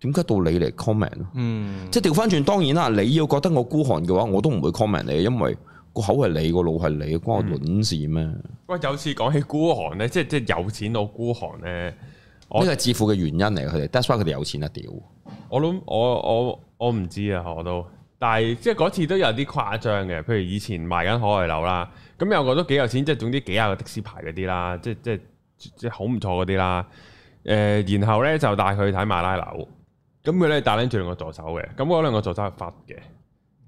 S3: 點解到你嚟 comment 咯？
S2: 嗯
S3: 即係調翻轉，當然啦，你要覺得我孤寒嘅話，我都唔會 comment 你，因為個口係你，個腦係你，關我卵事咩？呢
S1: 喂，有次講起孤寒咧，即係即係有錢佬孤寒咧，我
S3: 個係致富嘅原因嚟，佢哋 that's why 佢哋有錢啊屌！
S1: 我諗我我我唔知啊，我都但係即係嗰次都有啲誇張嘅，譬如以前賣緊可愛樓啦，咁有個都幾有錢，即係總之幾廿個的士牌嗰啲啦，即係即係即係好唔錯嗰啲啦。誒、然後咧就帶佢去睇馬拉樓，咁佢咧帶拎住兩個助手嘅，咁嗰兩個助手係忽嘅，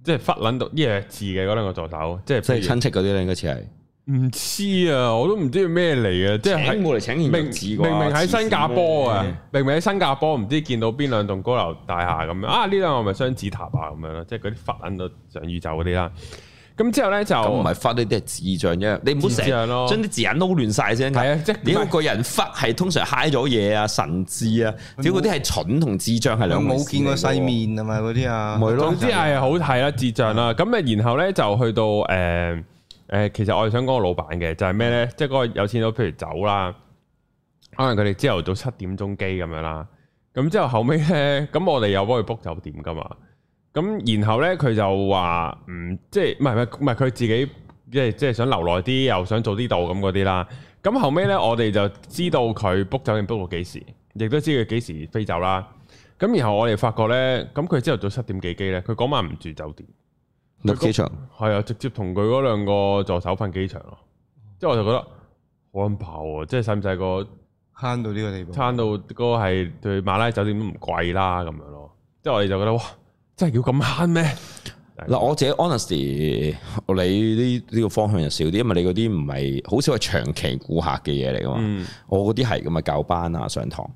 S1: 即係忽撚到呢嘢字嘅嗰兩個助手，即係
S3: 即
S1: 譬
S3: 係
S1: 如
S3: 親戚嗰啲咧，應該似係
S1: 唔知啊，我都唔知咩嚟嘅，即係喺
S3: 請冇嚟請
S1: 明
S3: 現
S1: 明
S3: 字
S1: 明喺新加坡啊，
S3: 嗯
S1: 明明喺新加坡唔知見到邊兩棟高樓大廈咁樣啊，呢兩個咪雙子塔啊咁樣咯，即係嗰啲發撚到上宇宙嗰啲啦。咁之後咧就
S3: 咁唔係忽呢啲係智障啫，你唔
S1: 哦
S3: 好成
S1: 智
S3: 日
S1: 障咯
S3: 將啲字眼撈亂晒先。
S1: 係啊即係
S3: 屌個人忽係通常嗨咗嘢啊、神智啊，屌嗰啲係蠢同智障係兩
S2: 兩
S3: 回
S2: 冇
S3: 事
S2: 見
S3: 嚟
S2: 過
S3: 嘅喎
S2: 世。面啊嘛，嗰啲啊，
S3: 咪咯
S1: 總之係好睇啦，智障啦。咁啊，然後咧就去到誒誒、呃呃其實我哋想講個老闆嘅就係咩咧？即係嗰個有錢佬，譬如走啦，可能佢哋朝頭早七點鐘機咁樣啦。咁之後後尾咧，咁我哋又幫佢 book 酒店噶嘛。咁然後咧，佢就話唔即係唔係唔係唔係佢自己即係即係想留耐啲，又想做呢度咁嗰啲啦。咁後尾咧，我哋就知道佢 book 酒店 book 到幾時，亦都知佢幾時飛走啦。咁然後我哋發覺咧，咁佢朝頭早七點幾機咧，佢嗰晚唔住酒店，
S3: 落機場
S1: 係啊，直接同佢嗰兩個助手瞓機場咯。即係我就覺得好撚爆喎，即係使唔使個
S2: 慳到呢個地步。
S1: 餐到嗰個係對馬拉酒店都唔貴啦咁樣咯。即係我哋就覺得哇，真係要咁慳咩？
S3: 嗱，我自己 honesty，你呢呢個方向就少啲，因為你嗰啲唔係好少係長期顧客嘅嘢嚟噶嘛。
S1: 嗯
S3: 我嗰啲係咁啊，教班啊，上堂。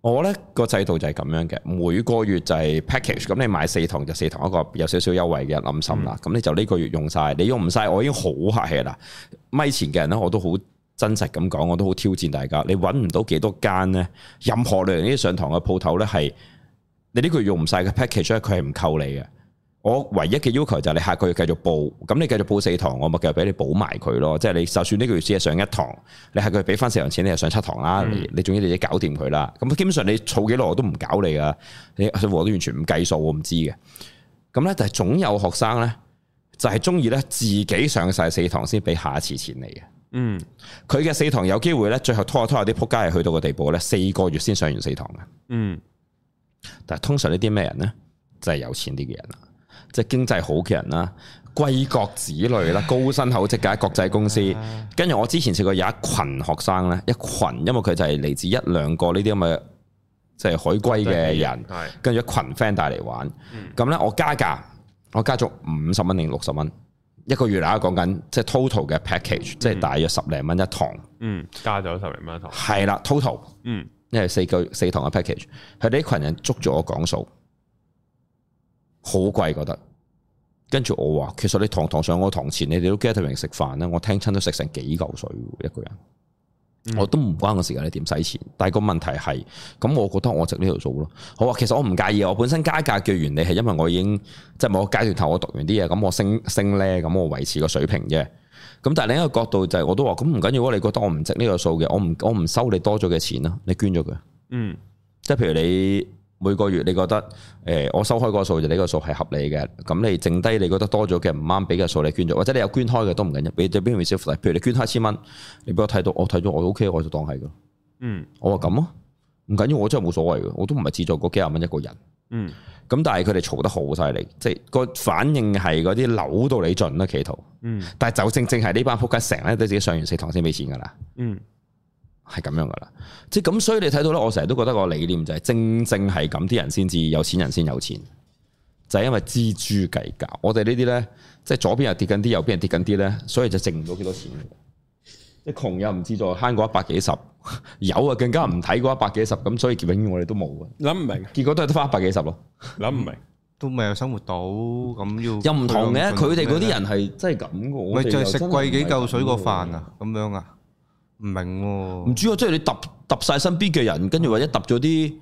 S3: 我呢個制度就係咁樣嘅，每個月就係 package，咁你買四堂就四堂一個有少少優惠嘅冧心啦。咁、你就呢個月用晒，你用唔晒，我已經好客氣啦。咪前嘅人呢，我都好真實咁講，我都好挑戰大家。你揾唔到幾多間呢？任何類型呢啲上堂嘅鋪頭呢，係你呢個月用唔晒嘅 package 呢，佢係唔扣你嘅。我唯一嘅要求就係你下個月繼續報，咁你繼續報四堂，我咪繼續俾你補埋佢咯。即係你就算呢個月只係上一堂，你係佢俾翻四堂錢，你就上七堂啦。你你總之你自己搞掂佢啦。咁啊基本上你儲幾耐我都唔搞你噶，你我都完全唔計數，我唔知嘅。咁咧，但係總有學生咧，就係中意咧自己上晒四堂先俾下一次錢你嘅。
S1: 嗯，
S3: 佢嘅四堂有機會咧，最後拖下拖下啲仆街係去到個地步咧，四個月先上完四堂嘅。
S1: 嗯
S3: 但係通常呢啲咩人呢？就係、有錢啲嘅人啦，即係經濟好嘅人啦，歸國子女啦，高薪厚職嘅國際公司。跟住我之前試過有一群學生呢，一群，因為佢就係嚟自一兩個呢啲咁嘅即係海歸嘅人，
S1: 係
S3: 跟住一群 friend 帶嚟玩。咁呢，我加價，我加咗五十蚊定六十蚊一個月啊，講緊即係 total 嘅 package，即係大約十零蚊一堂。
S1: 嗯，加咗十零蚊一堂，
S3: 係啦，total。
S1: 嗯
S3: 因為四個四堂嘅 package，佢哋呢群人捉住我講數，好貴覺得。跟住我話，其實你堂堂上我堂前，你哋都 gathering 食飯啦，我聽親都食成幾嚿水喎一個人，我都唔關我事㗎，你點使錢？但係個問題係，咁我覺得我值呢條數咯。我話其實我唔介意，我本身加價嘅原理係因為我已經即係某個階段頭我讀完啲嘢，咁我升升咧，咁我維持個水平啫。咁但係另一個角度就係、我都話咁唔緊要啊！你覺得我唔值呢個數嘅，我唔我唔收你多咗嘅錢啦，你捐咗佢。
S1: 嗯
S3: 即係譬如你每個月你覺得誒、呃我收開嗰個數就呢個數係合理嘅，咁你剩低你覺得多咗嘅唔啱俾嘅數你捐咗，或者你有捐開嘅都唔緊要，俾俾邊個 receive 譬如你捐開一千蚊，你俾我睇到，我睇咗我 OK，我就當係㗎。
S1: 嗯
S3: 我話咁啊，唔緊要，我真係冇所謂嘅，我都唔係資助嗰幾廿蚊一個人。
S1: 嗯
S3: 咁但係佢哋嘈得好犀利，即係個反應係嗰啲扭到你盡啦，企圖。
S1: 嗯
S3: 但係就正正係呢班仆街成日都自己上完四堂先俾錢㗎啦。
S1: 嗯
S3: 係咁樣噶啦，即係咁，所以你睇到咧，我成日都覺得個理念就係、正正係咁，啲人先至有錢人先有錢，就係、因為锱銖計較。我哋呢啲咧，即係左邊又跌緊啲，右邊又跌緊啲咧，所以就剩唔到幾多錢嘅。即係窮又唔知助，慳過一百幾十， 有啊更加唔睇過一百幾十，咁所以永遠我哋都冇嘅。
S1: 諗唔明，
S3: 結果都係得翻一百幾十咯，
S1: 諗唔明，
S2: 都咪有生活到咁要
S3: 又唔同嘅。佢哋
S2: 咩
S3: 嗰啲
S2: 呢
S3: 人係真係咁嘅，我
S2: 咪
S3: 哋
S2: 就係
S3: 又
S2: 食
S3: 真係
S2: 貴幾
S3: 唔係
S2: 嚿水個
S3: 咁嘅
S2: 飯啊，咁樣啊，唔明
S3: 唔
S2: 喎。
S3: 知啊，即係你揼揼晒身邊嘅人，跟住或者揼咗啲，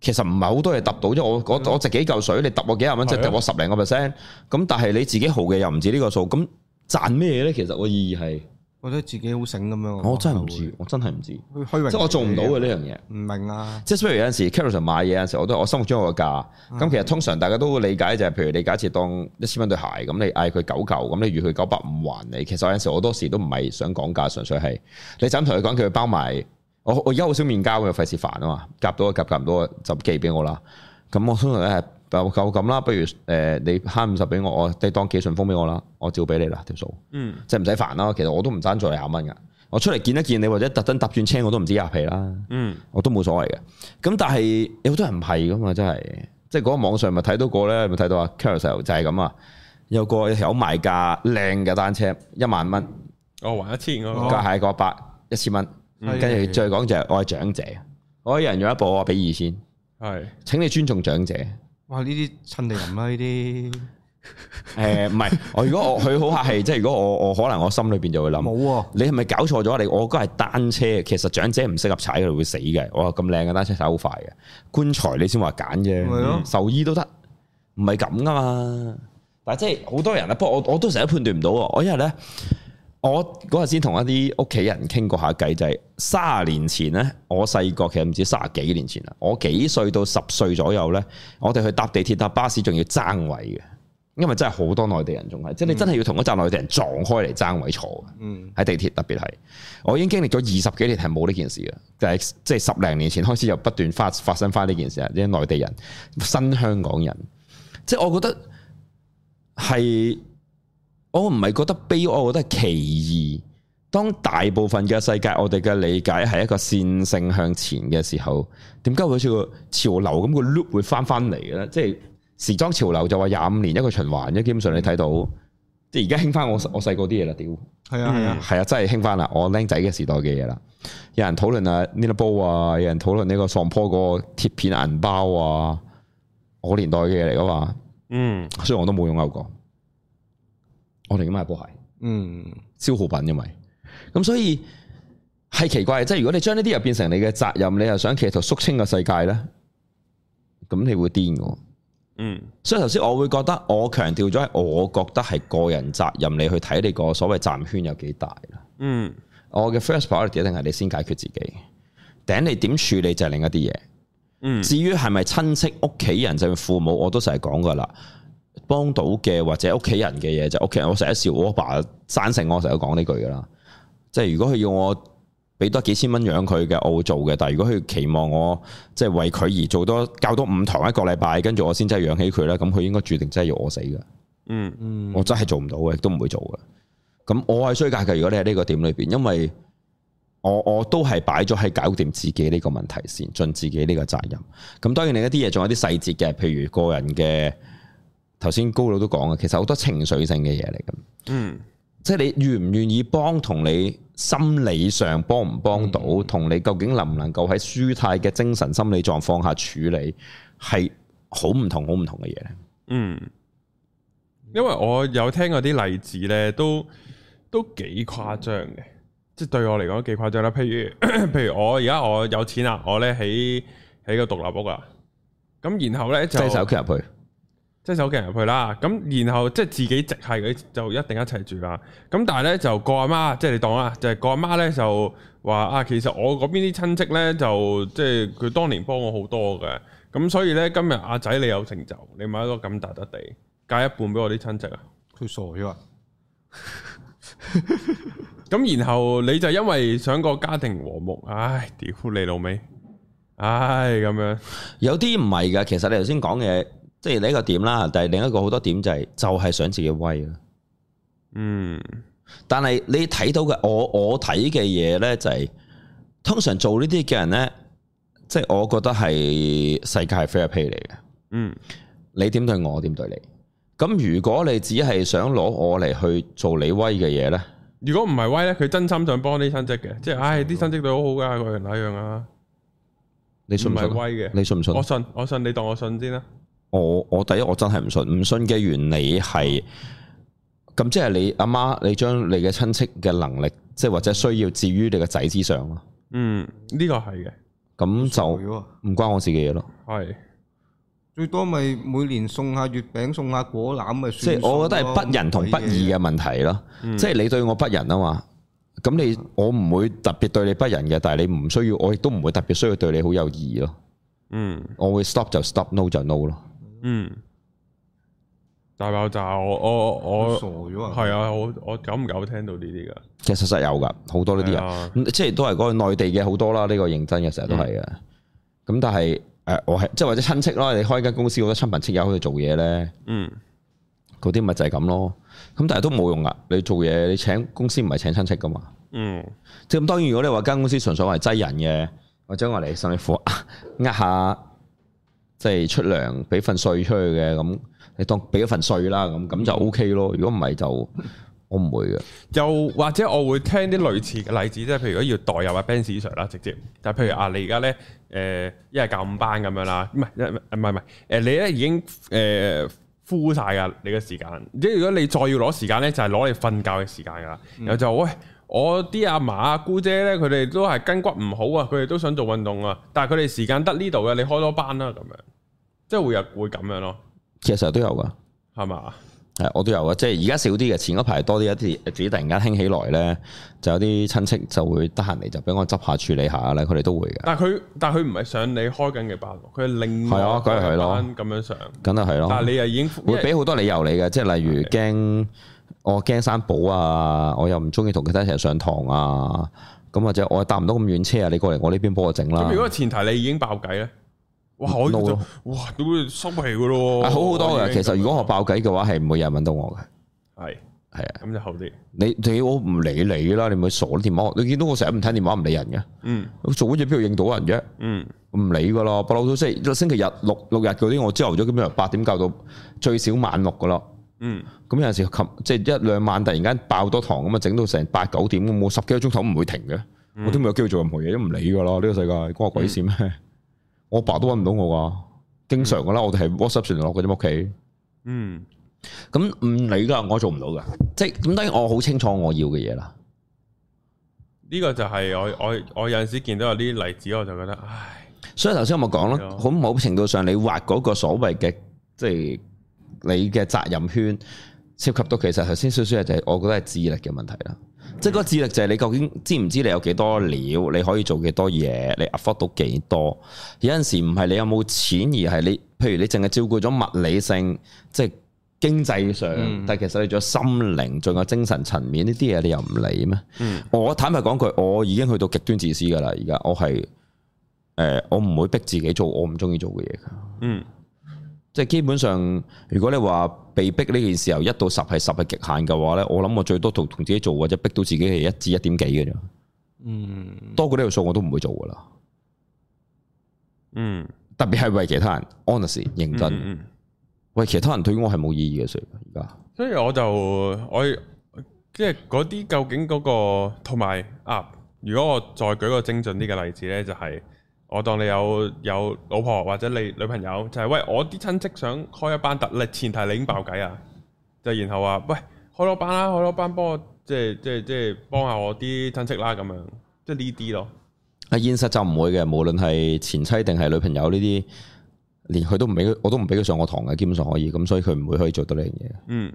S3: 其實唔係好多嘢揼到啫。我我我值幾嚿水，你揼我幾廿蚊，即嗯係
S1: 係啊
S3: 揼我十零個 percent。咁但係你自己豪嘅又唔止呢個數，咁賺咩咧？其實個意義係，
S2: 覺得自己好醒咁樣。
S3: 我真係唔知，我真係唔知，即
S2: 會，虛榮。
S3: 係我做唔到嘅呢樣嘢。
S2: 唔明啊，
S3: 即係譬如有陣時 Carousel 買嘢有陣時，我都我心目中有個價。咁其實通常大家都會理解就係，譬如你假設當一千蚊對鞋，咁你嗌佢九嚿，咁你預佢九百五還你。其實有陣時我好多時都唔係想講價，純粹係你就咁同佢講，叫佢哦包埋。我我而家好少面交嘅，費事煩啊嘛，夾到就夾夾唔到就寄俾我啦。咁我通常誒就夠咁啦，不如誒、你慳五十俾我，我你當寄信封俾我啦，我照俾你啦條數，
S1: 嗯，
S3: 即係唔使煩啦。其實我都唔爭在廿蚊噶，我出嚟見一見你或者特登搭轉車我都唔知廿皮啦，
S1: 嗯，
S3: 我都冇所謂嘅。咁但係有好多人唔係噶嘛，真係即係嗰個網上咪睇到個咧，咪睇到啊 Carousel 就係咁啊，有個有條友賣價靚嘅單車一萬蚊，
S1: 我還一千嗰個
S2: 哦
S3: 價係個百一千蚊，
S2: 嗯
S3: 跟住再講就係我係長者，我一人養一部，我俾二千，
S1: 係
S3: 請你尊重長者。
S2: 哇！呢啲趁地人啦，呢啲
S3: 誒唔係，我如果我佢好客氣，即係如果我我可能我心裏邊就會諗，
S2: 冇喎。
S3: 哦你係咪搞錯咗？你我嗰係單車，其實長者唔適合踩佢會死嘅。我話咁靚啊嘅單車踩好快嘅，棺材你先話揀啫，
S2: 咪咯
S3: 嗯壽衣都得，唔係咁噶嘛。但係即係好多人啊，不過我我都成日判斷唔到喎。我因為咧，我嗰日先同一啲屋企人傾過下偈，就係卅年前咧，我細個其實唔止卅幾年前啦，我幾歲到十歲左右咧，我哋去搭地鐵搭巴士仲要爭位嘅，因為真係好多內地人仲係，即係你真係要同嗰站內地人撞開嚟爭位坐嘅。
S2: 嗯，
S3: 喺地鐵特別係，我已經經歷咗二十幾年係冇呢件事嘅，但係即係十零年前開始就不斷發發生翻呢件事啊！啲內地人、新香港人，即係我覺得係，我唔係覺得悲哀，我覺得係奇異。當大部分嘅世界，我哋嘅理解係一個線性向前嘅時候，點解會好似個潮流咁個 loop 會翻翻嚟嘅咧？即係時裝潮流就話廿五年一個循環啫，基本上你睇到，即係而家興翻我我細個啲嘢啦，屌！
S2: 係啊係啊，
S3: 係啊，真係興翻啦！我僆仔嘅時代嘅嘢啦，有人討論啊呢粒煲啊，有人討論呢個喪坡嗰個鐵片銀包啊，我年代嘅嘢嚟噶嘛，
S1: 嗯
S3: 雖然我都冇擁有過，我哋咁買波鞋
S2: 嗯，
S3: 消耗品，因為咁所以係奇怪嘅，即係如果你將呢啲又變成你嘅責任，你又想企圖肅清個世界咧，咁你會癲嘅喎。
S1: 嗯
S3: 所以頭先我會覺得，我強調咗係我覺得係個人責任，你去睇你個所謂站圈有幾大啦。
S1: 嗯
S3: 我嘅 first priority 一定係你先解決自己，頂你點處理就係另一啲嘢。
S1: 嗯
S3: 至於係咪親戚、屋企人，就係父母，我都成日講噶啦。幫到嘅或者屋企人嘅嘢就屋企人，我成日笑我阿爸生性，我成日講呢句噶啦。即係如果佢要我俾多幾千蚊養佢嘅，我會做嘅。但係如果佢期望我即係為佢而做多教多五堂一個禮拜，跟住我先真係養起佢咧，咁佢應該注定真係要我死噶。
S1: 嗯
S3: 我真係做唔到嘅，亦都唔會做嘅。咁我係衰格嘅，如果你喺呢個點裏邊，因為我我都係擺咗喺搞掂自己呢個問題先，盡自己呢個責任。咁當然另一啲嘢仲有啲細節嘅，譬如個人嘅頭先高佬都講嘅，其實好多情緒性嘅嘢嚟嘅，
S1: 嗯
S3: 即係你願唔願意幫，同你心理上幫唔幫到，同、你究竟能唔能夠喺舒泰嘅精神心理狀況下處理，係好唔同好唔同嘅嘢咧。
S1: 嗯，因為我有聽過啲例子咧，都都幾誇張嘅，即係對我嚟講都幾誇張啦。譬如 譬如我而家我有錢啦，我咧喺喺個獨立屋啊，咁然後咧就
S3: 即係手入去，
S1: 即係手鏡入去啦，咁然後即係自己直系嗰啲就一定一齊住啦。咁但係咧就個阿媽，即係你當啦，就係、個阿媽咧就話啊，其實我嗰邊啲親戚咧就即係佢當年幫我好多嘅，咁所以咧今日阿仔你有成就，你買咗個咁大笪地，加一半俾我啲親戚啊。
S2: 佢傻咗啊！
S1: 咁然後你就因為想個家庭和睦，唉，屌你老味，唉咁樣，
S3: 有啲唔係㗎，其實你頭先講嘅，即係呢一個點啦，但係另一個好多點就係、就係、想自己威啦。
S1: 嗯
S3: 但係你睇到嘅，我我睇嘅嘢呢，就係、通常做呢啲嘅人呢，即係我覺得係世界係 fair play 嚟嘅，
S1: 嗯
S3: 你點對我，我點對你。咁如果你只係想攞我嚟去做你威嘅嘢呢，
S1: 如果唔係威咧，佢真心想幫啲親戚嘅，即係唉啲親戚對我好好噶，個人那樣啊。
S3: 你信唔信
S1: 唔係
S3: 啊？
S1: 威嘅
S3: 你信唔信啊
S1: 我？信，我信你當我信先啦。
S3: 我我第一我真係唔信，唔信嘅原理係咁，即係你阿媽，你將你嘅親戚嘅能力，即係或者需要置於你個仔之上咯。
S1: 嗯，呢個係嘅，
S3: 咁
S2: 傻
S3: 就
S2: 咗啊！
S3: 唔關我自己嘢咯。
S1: 係
S2: 最多咪每年送下月餅，送下果籃咪
S3: 即
S2: 算數咯。
S3: 係我覺得係不仁同不義嘅問題咯。即係你對我不仁啊嘛。咁你我唔會特別對你不仁嘅，但係你唔需要，我亦都唔會特別需要對你好有意義咯。
S1: 嗯
S3: 我會 stop 就 stop，no 就 no 咯。
S1: 嗯，大爆炸！我我我
S2: 佢傻咗啊！
S1: 係啊，我我久唔久聽到呢啲噶？
S3: 其實實有噶，好多呢啲
S1: 係啊嗯
S3: 人，即係都係嗰個內地嘅好多啦。呢、個認真嘅成日都係嘅。咁、但係誒、誒我係即係或者親戚啦，你開間公司好多親朋戚友喺度做嘢咧，
S1: 嗯，
S3: 嗰啲咪就係咁咯。咁但係都冇用噶，你做嘢你請公司唔係請親戚噶嘛。
S1: 嗯，
S3: 即係咁當然，如果你話間公司純粹係擠人嘅，或者我嚟甚至乎 啊呃下，即係出糧俾份税出去嘅咁，你當俾一份税啦咁，咁就 O K 咯。如果唔係就我唔會嘅。
S1: 又或者我會聽啲類似嘅例子，即係譬如如果要代入阿 Ben Sir 啦，直接，但係譬如啊，你而家咧誒一係教五班咁樣啦，唔係一係唔係唔係誒，你咧已經誒 full 曬㗎你嘅時間，即係如果你再要攞時間咧，就係攞你瞓覺嘅時間㗎啦，然後就喂。我啲阿嫲阿姑姐咧，佢哋都係筋骨唔好啊，佢哋都想做運動啊，但係佢哋時間得呢度嘅，你開多班啦咁樣，即係會有會咁樣咯，
S3: 其實成日都有噶，
S1: 係嘛？
S3: 係我都有噶。啊即係而家少啲嘅，前嗰排多啲一啲，自己突然間興起來咧，就有啲親戚就會得閒嚟就俾我執下處理下咧，佢哋都會嘅。
S1: 但係佢但係佢唔係上你開緊嘅班喎，佢係另外
S3: 係啊梗係係咯
S1: 班咁樣上。
S3: 梗係係咯。
S1: 但係你又已經
S3: 會
S1: 因
S3: 俾
S1: 為
S3: 好多理由你嘅，即係例如
S1: Okay
S3: 驚我驚生保啊，我又唔中意同佢哋一齊上堂啊，咁或者我搭唔到咁遠車啊，你過嚟我呢邊幫我整啦
S1: 咁，如果前提你已經爆計咧，哇！我
S3: 啊 No
S1: 就
S3: 咯
S1: 哇都會收皮噶咯，
S3: 啊好好多嘅。
S1: 已
S3: 其
S1: 經
S3: 實如果我爆偈嘅話，係唔會有人揾到我嘅，
S1: 係
S3: 係啊，
S1: 咁就好啲，
S3: 你你我唔理你啦，你咪傻啲電話，你見到我成日唔聽電話唔理人嘅，
S1: 嗯
S3: 我做乜嘢邊度應到人啫？
S1: 嗯
S3: 唔理噶咯，不嬲都即係星期日六六日嗰啲，我朝頭早基本上八點教到最少晚六噶咯。
S1: 嗯，
S3: 咁有陣時琴即係一兩晚突然間爆多堂咁啊，整到成八九點咁，我十幾個鐘頭唔會停嘅，我都冇有機會做任何嘢，都唔理噶啦。呢個世界關我鬼事咩？ 我阿爸都揾唔到我噶，經常噶啦，我哋係 WhatsApp 傳落嘅啫，屋企
S1: 嗯
S3: 咁唔理噶，我做唔到噶，即係咁。當然我好清楚我要嘅嘢啦，
S1: 呢個就係我我我有陣時見到有啲例子，我就覺得唉，
S3: 所以頭先我咪講
S1: 係
S3: 咯，
S1: 啊
S3: 好某程度上你畫嗰個所謂嘅即係你嘅責任圈，涉及到其實頭先少少嘢就係我覺得係智力嘅問題啦。即係嗰個智力就係你究竟知唔知你有幾多料，你可以做幾多嘢，你 afford 到幾多？有陣時唔係你有冇錢，而係你譬如你淨係照顧咗物理性，即係經濟上，
S2: 嗯
S3: 但係其實你仲有心靈，仲有精神層面呢啲嘢，你又唔理咩？
S1: 嗯
S3: 我坦白講句，我已經去到極端自私噶啦，而家我係。诶、呃我唔會逼自己做我唔中意做嘅嘢㗎
S1: 嗯
S3: 即係基本上，如果你話被逼呢件事由一到十係十係極限嘅話呢，我諗我最多同同自己做或者逼到自己係一至一點幾嘅啫，
S2: 嗯，
S3: 多過呢條數我都唔會做噶啦。
S1: 嗯
S3: 特別係為其他人，honest 認真，
S1: 嗯嗯
S3: 為其他人對於我係冇意義嘅，所以而家
S1: 所以我就我即係嗰啲究竟嗰、個同埋啊，如果我再舉個精準啲嘅例子呢，就係、我當你有有老婆或者你女朋友，就係、喂我啲親戚想開一班特，你前提你已經爆計啊，就然後話喂開多班啦，開多班幫我即係即係即係幫下我啲親戚啦咁樣，即係呢啲咯，
S3: 啊現實就唔會嘅，無論係前妻定係女朋友呢啲，連佢都唔俾佢，我都唔俾佢上我堂嘅，基本上可以，咁所以佢唔會可以做到呢樣嘢。
S1: 嗯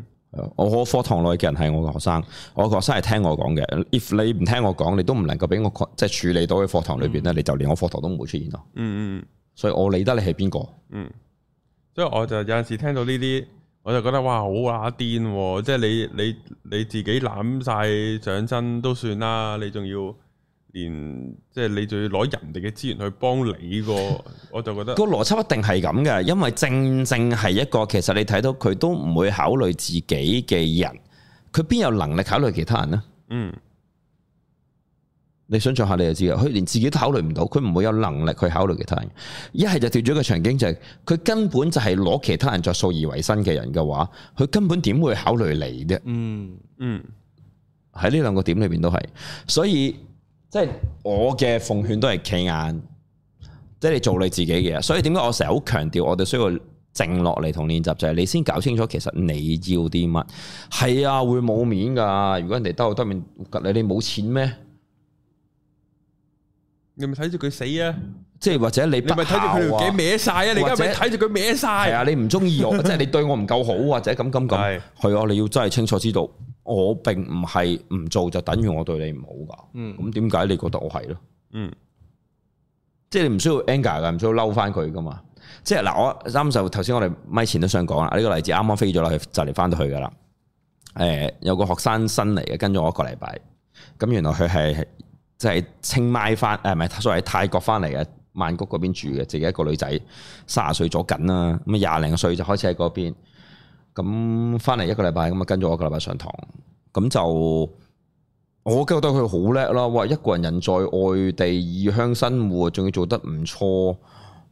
S3: 我我課堂內嘅人係我嘅學生，我嘅學生係聽我講嘅。if 你唔聽我講，你都唔能夠俾我確即係處理到喺課堂裏邊咧，你就連我課堂都唔會出現咯。
S1: 嗯嗯
S3: 所以我理得你係邊個，
S1: 嗯，所以我就有陣時聽到呢啲。我就覺得哇好乸癲喎！即係你你你自己攬晒上身都算啦，你仲要連即係你仲要攞人哋嘅資源去幫你 個，我就覺得
S3: 個邏輯一定係咁嘅，因為正正係一個其實你睇到佢都唔會考慮自己嘅人，佢邊有能力考慮其他人呢？
S1: 嗯
S3: 你想象下你就知啦，佢連自己都考慮唔到，佢唔會有能力去考慮其他人。一係就掉咗個場景就係、佢根本就係攞其他人着數而為生嘅人嘅話，佢根本點會考慮你
S2: Ừ.
S3: 啫？
S2: 嗯，
S1: 嗯
S3: 喺呢兩個點裏邊都係，所以即係我嘅奉勸都係企硬，即係你做你自己嘅嘢。所以點解我成日好強調，我哋需要靜落嚟同練習，就係、你先搞清楚其實你要啲乜。係啊，會冇面㗎。如果人哋得我得面，你你冇錢咩？
S1: 你咪睇住佢死啊！
S3: 即係或者你
S1: 你
S3: 不
S1: 咪睇住佢條
S3: 孝啊
S1: 頸歪晒啊！你而家咪
S3: 或
S1: 睇住佢歪
S3: 係
S1: 晒。
S3: 啊，你唔中 意我，即係你對我唔夠好，或者咁咁咁
S1: 係。
S3: 係啊，你要真係清楚知道，我並唔係唔做就等於我對你唔好㗎。
S2: 嗯
S3: 咁點解你覺得我係咯？
S1: 嗯
S3: 即係你唔需要 anger 噶，唔需要嬲翻佢噶嘛。即係嗱，我啱就頭先我哋咪前都想講啦，呢、個例子啱啱飛咗啦，佢就嚟翻到去噶啦。誒、有個學生新嚟嘅，跟咗我一個禮拜，咁原來佢係即係清邁翻誒，唔係，所謂泰國翻嚟嘅曼谷嗰邊住嘅，自己一個女仔，三十歲咗緊啦，咁啊廿零歲就開始喺嗰邊，咁翻嚟一個禮拜，咁啊跟咗我一個禮拜上堂，咁就我覺得佢好叻啦，哇！一個人人在外地異鄉生活，仲要做得唔錯，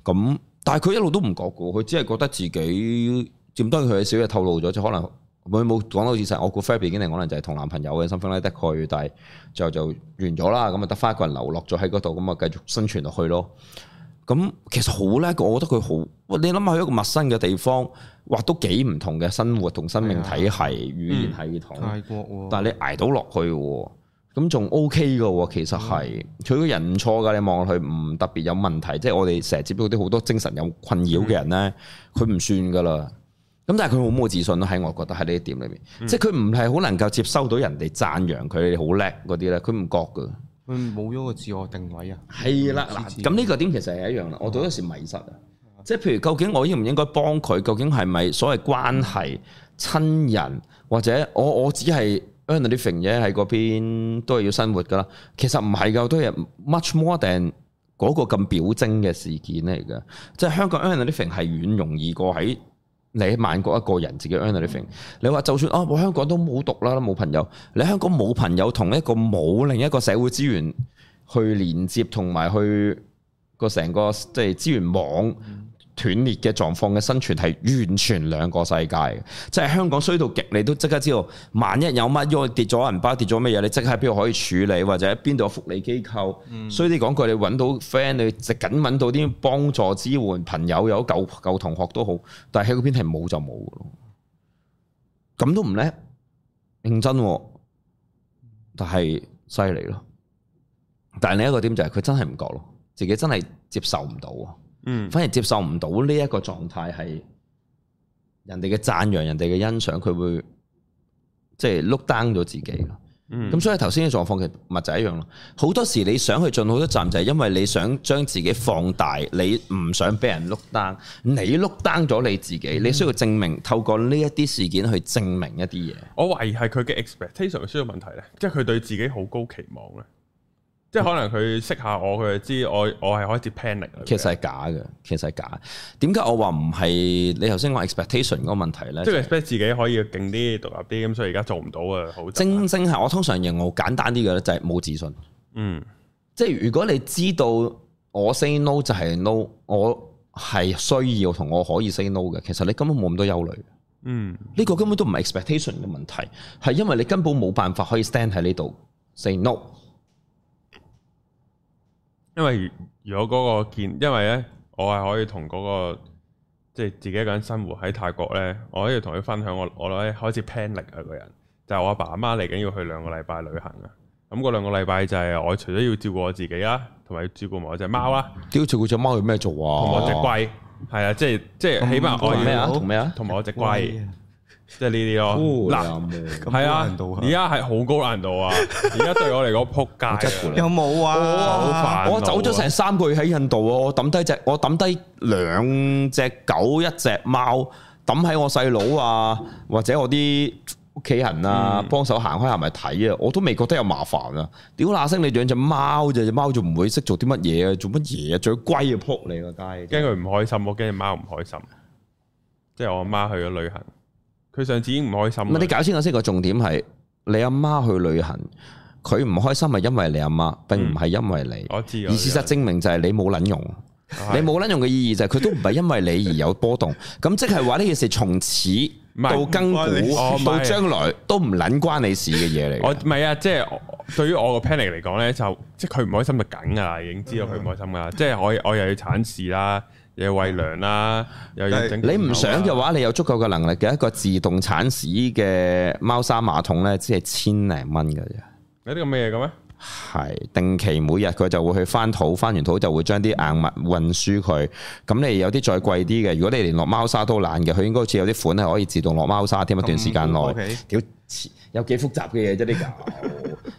S3: 咁但係佢一路都唔覺嘅，佢只係覺得自己，佔當然佢少嘢透露咗，即係可能。佢冇講得好似實，我估 Fairy 已經可能就係同男朋友嘅身份拉得佢，但係最後就完咗啦，咁啊得翻一個人流落咗喺嗰度，咁啊繼續生存落去咯。咁其實好叻，我覺得佢好。喂，你諗下去一個陌生嘅地方，哇，都幾唔同嘅生活同生命體系、語言系統。
S2: 泰國喎，
S3: 啊但係啊你捱到落去喎，咁仲 OK 嘅喎，其實係佢個人唔錯㗎，你望落去唔特別有問題，即係我哋成日接觸啲好多精神有困擾嘅人咧，佢唔、算㗎啦。咁但係佢好冇自信咯，喺我覺得喺呢一點裏面，即係佢唔係好能夠接收到人哋讚揚佢好叻嗰啲咧，佢唔覺㗎。
S2: 佢冇咗個自我定位啊，
S3: 係啦，
S2: 支
S3: 嗱，
S2: 持
S3: 咁呢個點其實係一樣啦。我到嗰時迷失啊，即係譬如究竟我應唔應該幫佢？究竟係咪所謂關係、親人或者我我只係 earn living 啫，喺嗰邊都係要生活噶啦。其實唔係㗎，都係 much more than 嗰個咁表徵嘅事件嚟嘅。即係香港 earn living 係遠容易過喺。你喺曼國一個人自己 earn living，你話就算啊，我香港都冇讀啦，冇朋友。你喺香港冇朋友，同一個冇另一個社會資源去連接同埋去個成個即係資源網斷裂嘅狀況嘅生存係完全兩個世界嘅，即係香港衰到極，你都即刻知道，萬一有乜喐跌咗銀包跌咗乜嘢，你即刻喺邊度可以處理，或者邊度有福利機構。衰啲講句，你揾到 friend，你即緊揾到啲幫助支援朋友，有舊舊同學都好，但係喺嗰邊係冇就冇嘅咯。咁都唔叻，認真、喎，但係犀利咯。但係另一個點就係佢真係唔覺咯，自己真係接受唔到啊，
S1: 嗯，
S3: 反而接受唔到呢一個狀態係人哋嘅讚揚、人哋嘅欣賞，佢會即係 look down 咗自己咯。
S1: 嗯
S3: 咁所以頭先嘅狀況其實咪就係一樣咯。好多時你想去進好多站，就係因為你想將自己放大，你唔想俾人 look down，你 look down 咗你自
S1: 嗯
S3: 己，你需要證明透過呢一啲事件去證明一啲嘢。
S1: 我懷疑係佢嘅 expectation 嘅需要問題咧，即係佢對自己好高期望咧，即係可能佢識下我，佢就知我我係開始 panic 啦
S3: 其實係假嘅，其實係假。點解我話唔係你頭先話 expectation 嗰個問題咧？
S1: 即係 expect 自己可以勁啲、獨立啲，咁所以而家做唔到啊，好慘
S3: 正正係我通常形容好簡單啲嘅咧，就係冇自信。
S1: 嗯
S3: 即係如果你知道我 say no 就係 no，我係需要同我可以 say no 嘅，其實你根本冇咁多憂慮。
S1: 嗯
S3: 呢個根本都唔係 expectation 嘅問題，係因為你根本冇辦法可以 stand 喺呢度 say no。
S1: 因為如果嗰個見，因為咧，我係可以同嗰、個即係自己一個人生活喺泰國咧，我可以同佢分享我我咧開始 panic 啊個人，就係、我阿爸阿媽嚟緊要去兩個禮拜旅行啊。咁嗰兩個禮拜就係我除咗要照顧我自己啦，同埋要照顧埋我隻貓啦，
S3: 屌，照顧只貓去咩做
S1: 同埋我隻
S3: 啊？
S1: 龜，係啊，即係即係起碼我
S3: 同咩
S1: 要
S3: 啊？同咩啊？
S1: 同埋我隻
S2: 貴
S1: 龜，即係呢啲咯。嗱，
S3: 嗱，
S1: 係啊，
S2: 咁高難度啊
S1: 而家係好高難度啊！ 而家對我嚟講撲街啊
S2: 有冇啊？
S1: 好煩惱啊
S3: 我走咗成三個月喺印度啊！我抌低只，我抌低兩隻狗，一隻貓，抌喺我細佬啊，或者我啲屋企人啊，幫手行開行埋睇啊，我都未覺得有麻煩啊！屌那聲，你養只貓啫，只貓仲唔會識做啲乜嘢啊？做乜嘢啊？仲要龜啊撲你個街！
S1: 驚佢唔開心，我驚只貓唔開心。即係我阿媽去咗旅行，佢上次已經唔開心啦。
S3: 唔係你搞清楚先個重點係你阿媽去旅行，佢唔開心係因為你阿媽，並唔係因為你。
S1: 我知，
S3: 嗯而事實證明就係你冇撚用，你冇撚用嘅意義就係佢都唔係因為你而有波動，咁即係話呢件事從此
S1: 係
S3: 到更
S2: 唔關你
S3: 古
S2: 事
S1: 哦唔係
S3: 到將來都唔撚關你事嘅嘢嚟
S1: 我
S3: 嘅。
S1: 唔係啊，即係我對於我個 panic 嚟講咧，就即係佢唔開心就梗噶啦，已經知道佢唔開心噶
S2: 嗯
S1: 啦。即係我我又要產事啦，又要餵糧啦，又要整。
S3: 你唔想嘅，話，你有足夠嘅能力嘅一個自動產屎嘅貓砂馬桶呢，只係千零蚊嘅啫。
S1: 有啲咁嘅嘢嘅咩？
S3: 係定期每日佢就會去翻土，翻完土就會將啲硬物運輸佢。咁你有啲再貴啲嘅，如果你連落貓砂都懶嘅，佢應該好似有啲款係可以自動落貓砂添，一段時間內
S2: 咁。OK
S3: 屌，黐有幾複雜嘅嘢啫？呢嚿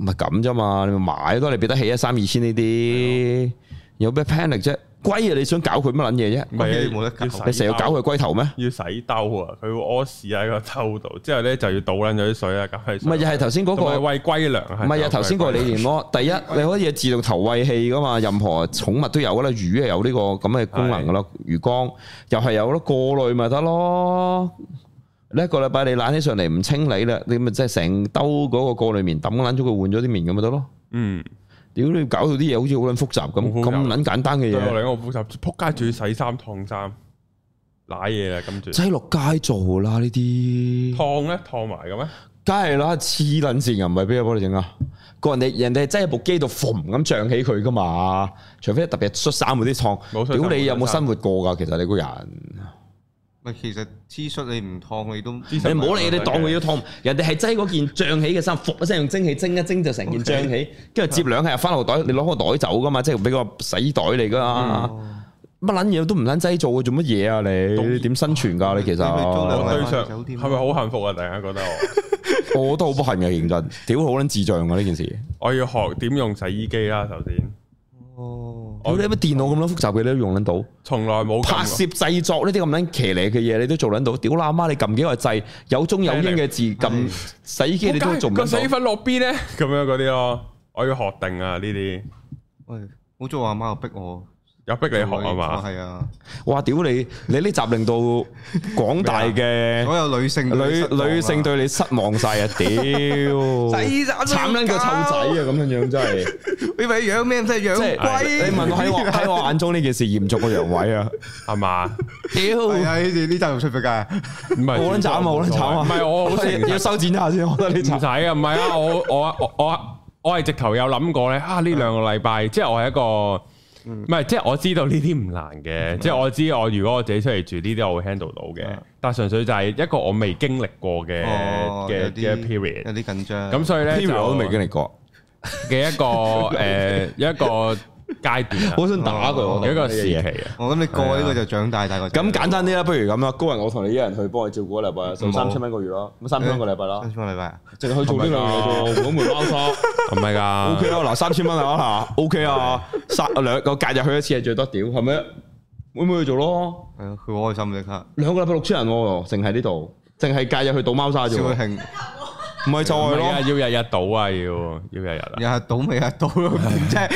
S3: 咪咁啫嘛，你咪買咯，你俾得起一三二千呢啲，有咩 panic 啫？龜啊！你想搞佢乜撚嘢啫？
S1: 唔係
S2: 你冇得搞
S1: 要洗
S3: 你成日要搞
S1: 兜
S3: 佢龜頭咩？
S1: 要洗兜啊！佢會屙屎喺個兜度，之後咧就要倒撚咗啲水啊，咁係
S3: 唔係又係頭先嗰
S1: 同埋
S3: 個。
S1: 喂龜糧啊，
S3: 唔係啊！頭先個
S1: 你
S3: 李連咯，第一你可以自動投餵器噶嘛，任何寵物都有噶啦，魚係有呢個咁嘅功能噶啦，魚缸又係有咯，過濾咪得咯。呢一個禮拜你懶起上嚟唔清理啦，你咪即係成兜嗰個過濾棉抌撚咗佢，換咗啲棉咁咪得咯。
S1: 嗯，
S3: 屌你搞到啲嘢好似好撚複雜咁，
S1: 好複雜
S3: 咁撚簡單嘅
S1: 對我
S3: 嘢，
S1: 嚟講好複雜，仆街仲要洗衫燙衫，瀨嘢啦，跟住
S3: 擠落街做啦呢啲。
S1: 燙咧燙埋嘅咩？
S3: 梗係啦，黐撚線又唔係俾幫你整啊！個人哋人哋係真係部機度縫咁漲起佢噶嘛，除非特別恤衫嗰啲
S1: 冇
S3: 燙，
S1: 恤衫
S3: 屌你有
S1: 冇
S3: 冇
S1: 恤衫
S3: 生活過㗎？其實你個人，
S2: 咪其實 T 恤你唔燙你都
S1: 你
S3: 你唔好理你當佢要燙，人哋係擠嗰件漲起嘅衫，伏一聲用蒸汽蒸一蒸就成件漲起，跟住接兩下又翻落袋，你攞個袋走噶嘛，即係俾個洗衣袋嚟㗎
S1: 嗯
S3: 嘛，
S2: 哦
S3: 乜撚嘢都唔撚擠做嘅，做乜嘢啊你？你點生存㗎你其
S2: 你咪租
S1: 我
S2: 兩個
S3: 實？
S1: 對
S2: 去
S1: 上
S2: 酒店
S1: 係咪好幸福啊？突然間覺得我
S3: 我都好不幸嘅認真，屌好撚智障㗎呢件事。
S1: 我要學點用洗衣機啦，首先
S2: 哦，
S3: 屌你乜電腦咁撚複雜嘅你都用撚到？
S1: 從來冇
S3: 拍
S1: 咁
S3: 攝製作呢啲咁撚騎呢嘅嘢，你都做撚到？屌啦媽！你撳幾個掣，有中有英嘅字撳洗衣機，你都做唔
S1: 個洗衣
S3: 撚到。
S1: 粉落邊咧？咁樣嗰啲咯，我要學定啊呢啲，
S2: 喂，好早阿媽又逼我，
S1: 有逼你學啊嘛？
S2: 係啊，
S3: 哇！屌你！你呢集令到廣大嘅
S2: 所有女性對你失
S3: 女
S2: 望啊
S3: 女性對你失望晒啊！屌，
S2: 洗衫都
S3: 慘撚個
S2: 要
S3: 臭仔啊！咁樣樣真係，
S2: 你咪養咩？真係養
S3: 即係
S2: 龜。
S3: 你問我喺我喺我眼中呢件事嚴重過陽痿啊！
S1: 係嘛？
S3: 屌，
S2: 係
S3: 好
S2: 啊，呢呢集又出咗街，
S1: 唔係
S3: 撚慘啊！好撚慘啊！
S1: 唔係 我好成
S3: 要修剪下先，我覺得呢集
S1: 唔使啊，唔係啊，我我我我我係直頭有諗過咧，啊呢兩個禮拜，即係我係一個，唔係即係我知道呢啲唔難嘅，即係我知我如果我自己出嚟住呢啲，我會 handle 到嘅
S2: 嗯，
S1: 但係純粹就係一個我未經歷過嘅
S2: 哦有
S1: 嘅
S2: 啲
S1: 嘅
S2: 有
S1: period，
S2: 啲緊張。
S1: 咁所以咧
S3: period 我都未經
S1: 就
S3: 歷過，
S1: 嘅一個誒一個階段啊，
S3: 好想打佢，我覺
S1: 有
S3: 得
S1: 一個
S3: 呢
S1: 時
S3: 樣嘢
S1: 期啊，
S2: 我哦諗你過呢個就長大大個仔。
S3: 咁簡單啲啦，不如咁啦，
S1: 嗯
S3: 高人我同你一人去幫佢照顧一個禮拜，
S2: 唔
S3: 就
S2: 好
S3: 三千蚊個月咯，咁三千蚊個禮拜啦
S1: 嗯
S2: 三，個禮拜啊，
S3: 淨係去做呢兩
S1: 啊
S3: 樣嘢啫，唔好 門包沙。
S1: 唔係
S3: O
S1: 㗎
S3: K。啊，嗱三千蚊啊嗱，O K 啊，三兩個假日去一次係最多，屌係咪？會唔會去做咯？
S2: 係啊，佢好開心即刻，
S3: 兩個禮拜六千人喎，淨係呢度，淨係假日去倒貓沙啫
S2: 肖
S3: 喎，
S2: 慶
S3: 唔係就
S1: 唔
S3: 係
S1: 係啊，
S3: 咯。
S1: 要日日賭啊，要要日日啊。
S2: 日日倒未日倒 咯，即係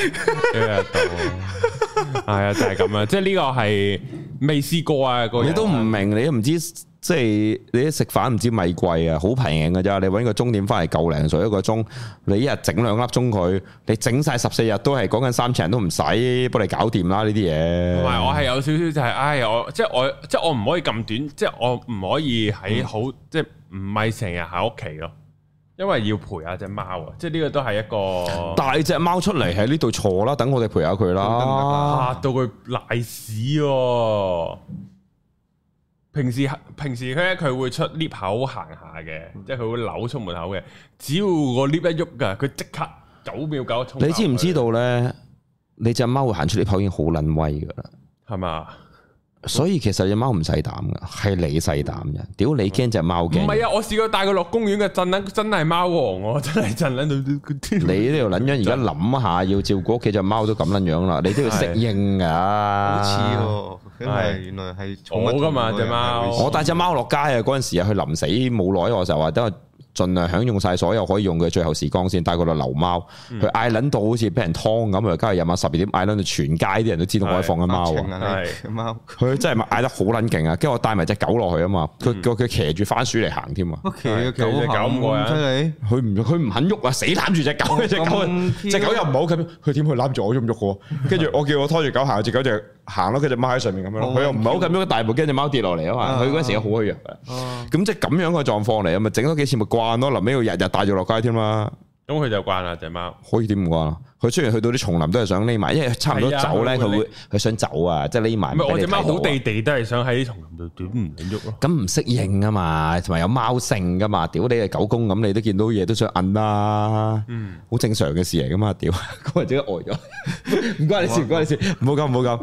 S1: 一日到，系啊，就啊係咁啊，即係呢個係未試過啊，個人
S3: 你都唔明，你都唔知，即係你食飯唔知米貴啊，好平嘅咋，你揾個鐘點翻嚟夠零水一個鐘，你一日整兩粒鐘佢，你整晒十四日都係講緊三千人都唔使，幫你搞掂啦呢啲嘢。
S1: 同埋我係有少少就係，唉，我即係我即係我唔可以咁短，即係我唔可以
S3: 嗯
S1: 喺好即係唔係成日喺屋企咯，因為要陪下只貓啊，即係呢個都係一個
S3: 大隻貓出嚟喺呢度坐啦，等我哋陪下佢
S2: 得唔得
S3: 啦。
S1: 嚇到佢賴屎喎。平時平時咧，佢會出 lift 口行下嘅，即係佢會扭出門口嘅。只要個 lift 一喐㗎，佢即刻九秒九衝。
S3: 你知唔知？道呢？你只貓會行出嚟跑已經好撚威噶啦，
S1: 係嘛？
S3: 所以其實只貓唔細膽噶，係你細膽嘅。屌你驚只貓
S1: 唔係
S3: 驚，
S1: 啊！我試過帶佢落公園嘅震撚，真係貓王喎，真係震撚到佢天。
S3: 你呢度撚樣而家諗下要照顧屋企只貓都咁撚樣啦，你都要適應啊
S2: 好
S3: 噶。
S2: 似喎，因
S1: 係
S2: 為原來係寵物
S1: 我㗎嘛
S2: 同
S1: 隻貓
S2: 人係會
S3: 我帶只貓落街啊！嗰陣時啊，佢臨死冇耐，我就話等我盡量享用晒所有可以用嘅最後時光先，帶佢落流貓。佢嗌撚到好似俾人劏咁，啊佢今日夜晚十二點嗌撚到全街啲人都知道我喺放緊貓
S2: 情
S3: 啊！
S2: 啊，
S1: 係
S2: 你貓。
S3: 佢真係嗌得好撚勁啊！跟住我帶埋只狗落去啊嘛，佢佢佢騎住番薯嚟行添啊！
S2: 乜奇
S1: 係
S2: 嘅
S1: 其實
S2: 狗
S1: 狗
S2: 行
S1: 唔過癮
S2: 咁犀利，
S3: 佢唔佢唔肯喐啊，死攬住只狗，
S2: 哦
S3: 只狗
S2: 咁 Q
S3: 只狗又唔好咁，佢點去攬住我喐唔喐嘅喎？ 跟住我叫我拖住狗行，只狗就行咯，佢只貓喺上面咁樣咯，
S2: 哦
S3: 佢又唔係好咁喐，大步跟只貓跌落嚟啊嘛，
S2: 啊
S3: 佢嗰陣時好虛弱嘅。
S2: 哦，
S3: 咁即係咁樣嘅狀況嚟啊，咪整多幾次咪慣咯，臨尾要日日帶佢落街添啦，
S1: 咁佢就慣啦只貓。
S3: 可以點唔慣啊？佢雖然去到啲叢林都係想匿埋，因為差唔多
S1: 係啊
S3: 走咧，
S1: 佢
S3: 佢
S1: 會
S3: 會佢想走啊，即係匿埋。
S1: 唔係我只貓好地
S3: 地，
S1: 地都係想喺叢林度短唔想喐咯。
S3: 啊咁唔適應啊嘛，同埋有貓性噶嘛，屌你係狗公咁，你都見到嘢都想摁啦，
S1: 嗯，
S3: 好正常嘅事嚟噶嘛，屌， 嗰人即刻呆咗，唔關你事，唔關你事，唔好啊咁，唔好咁，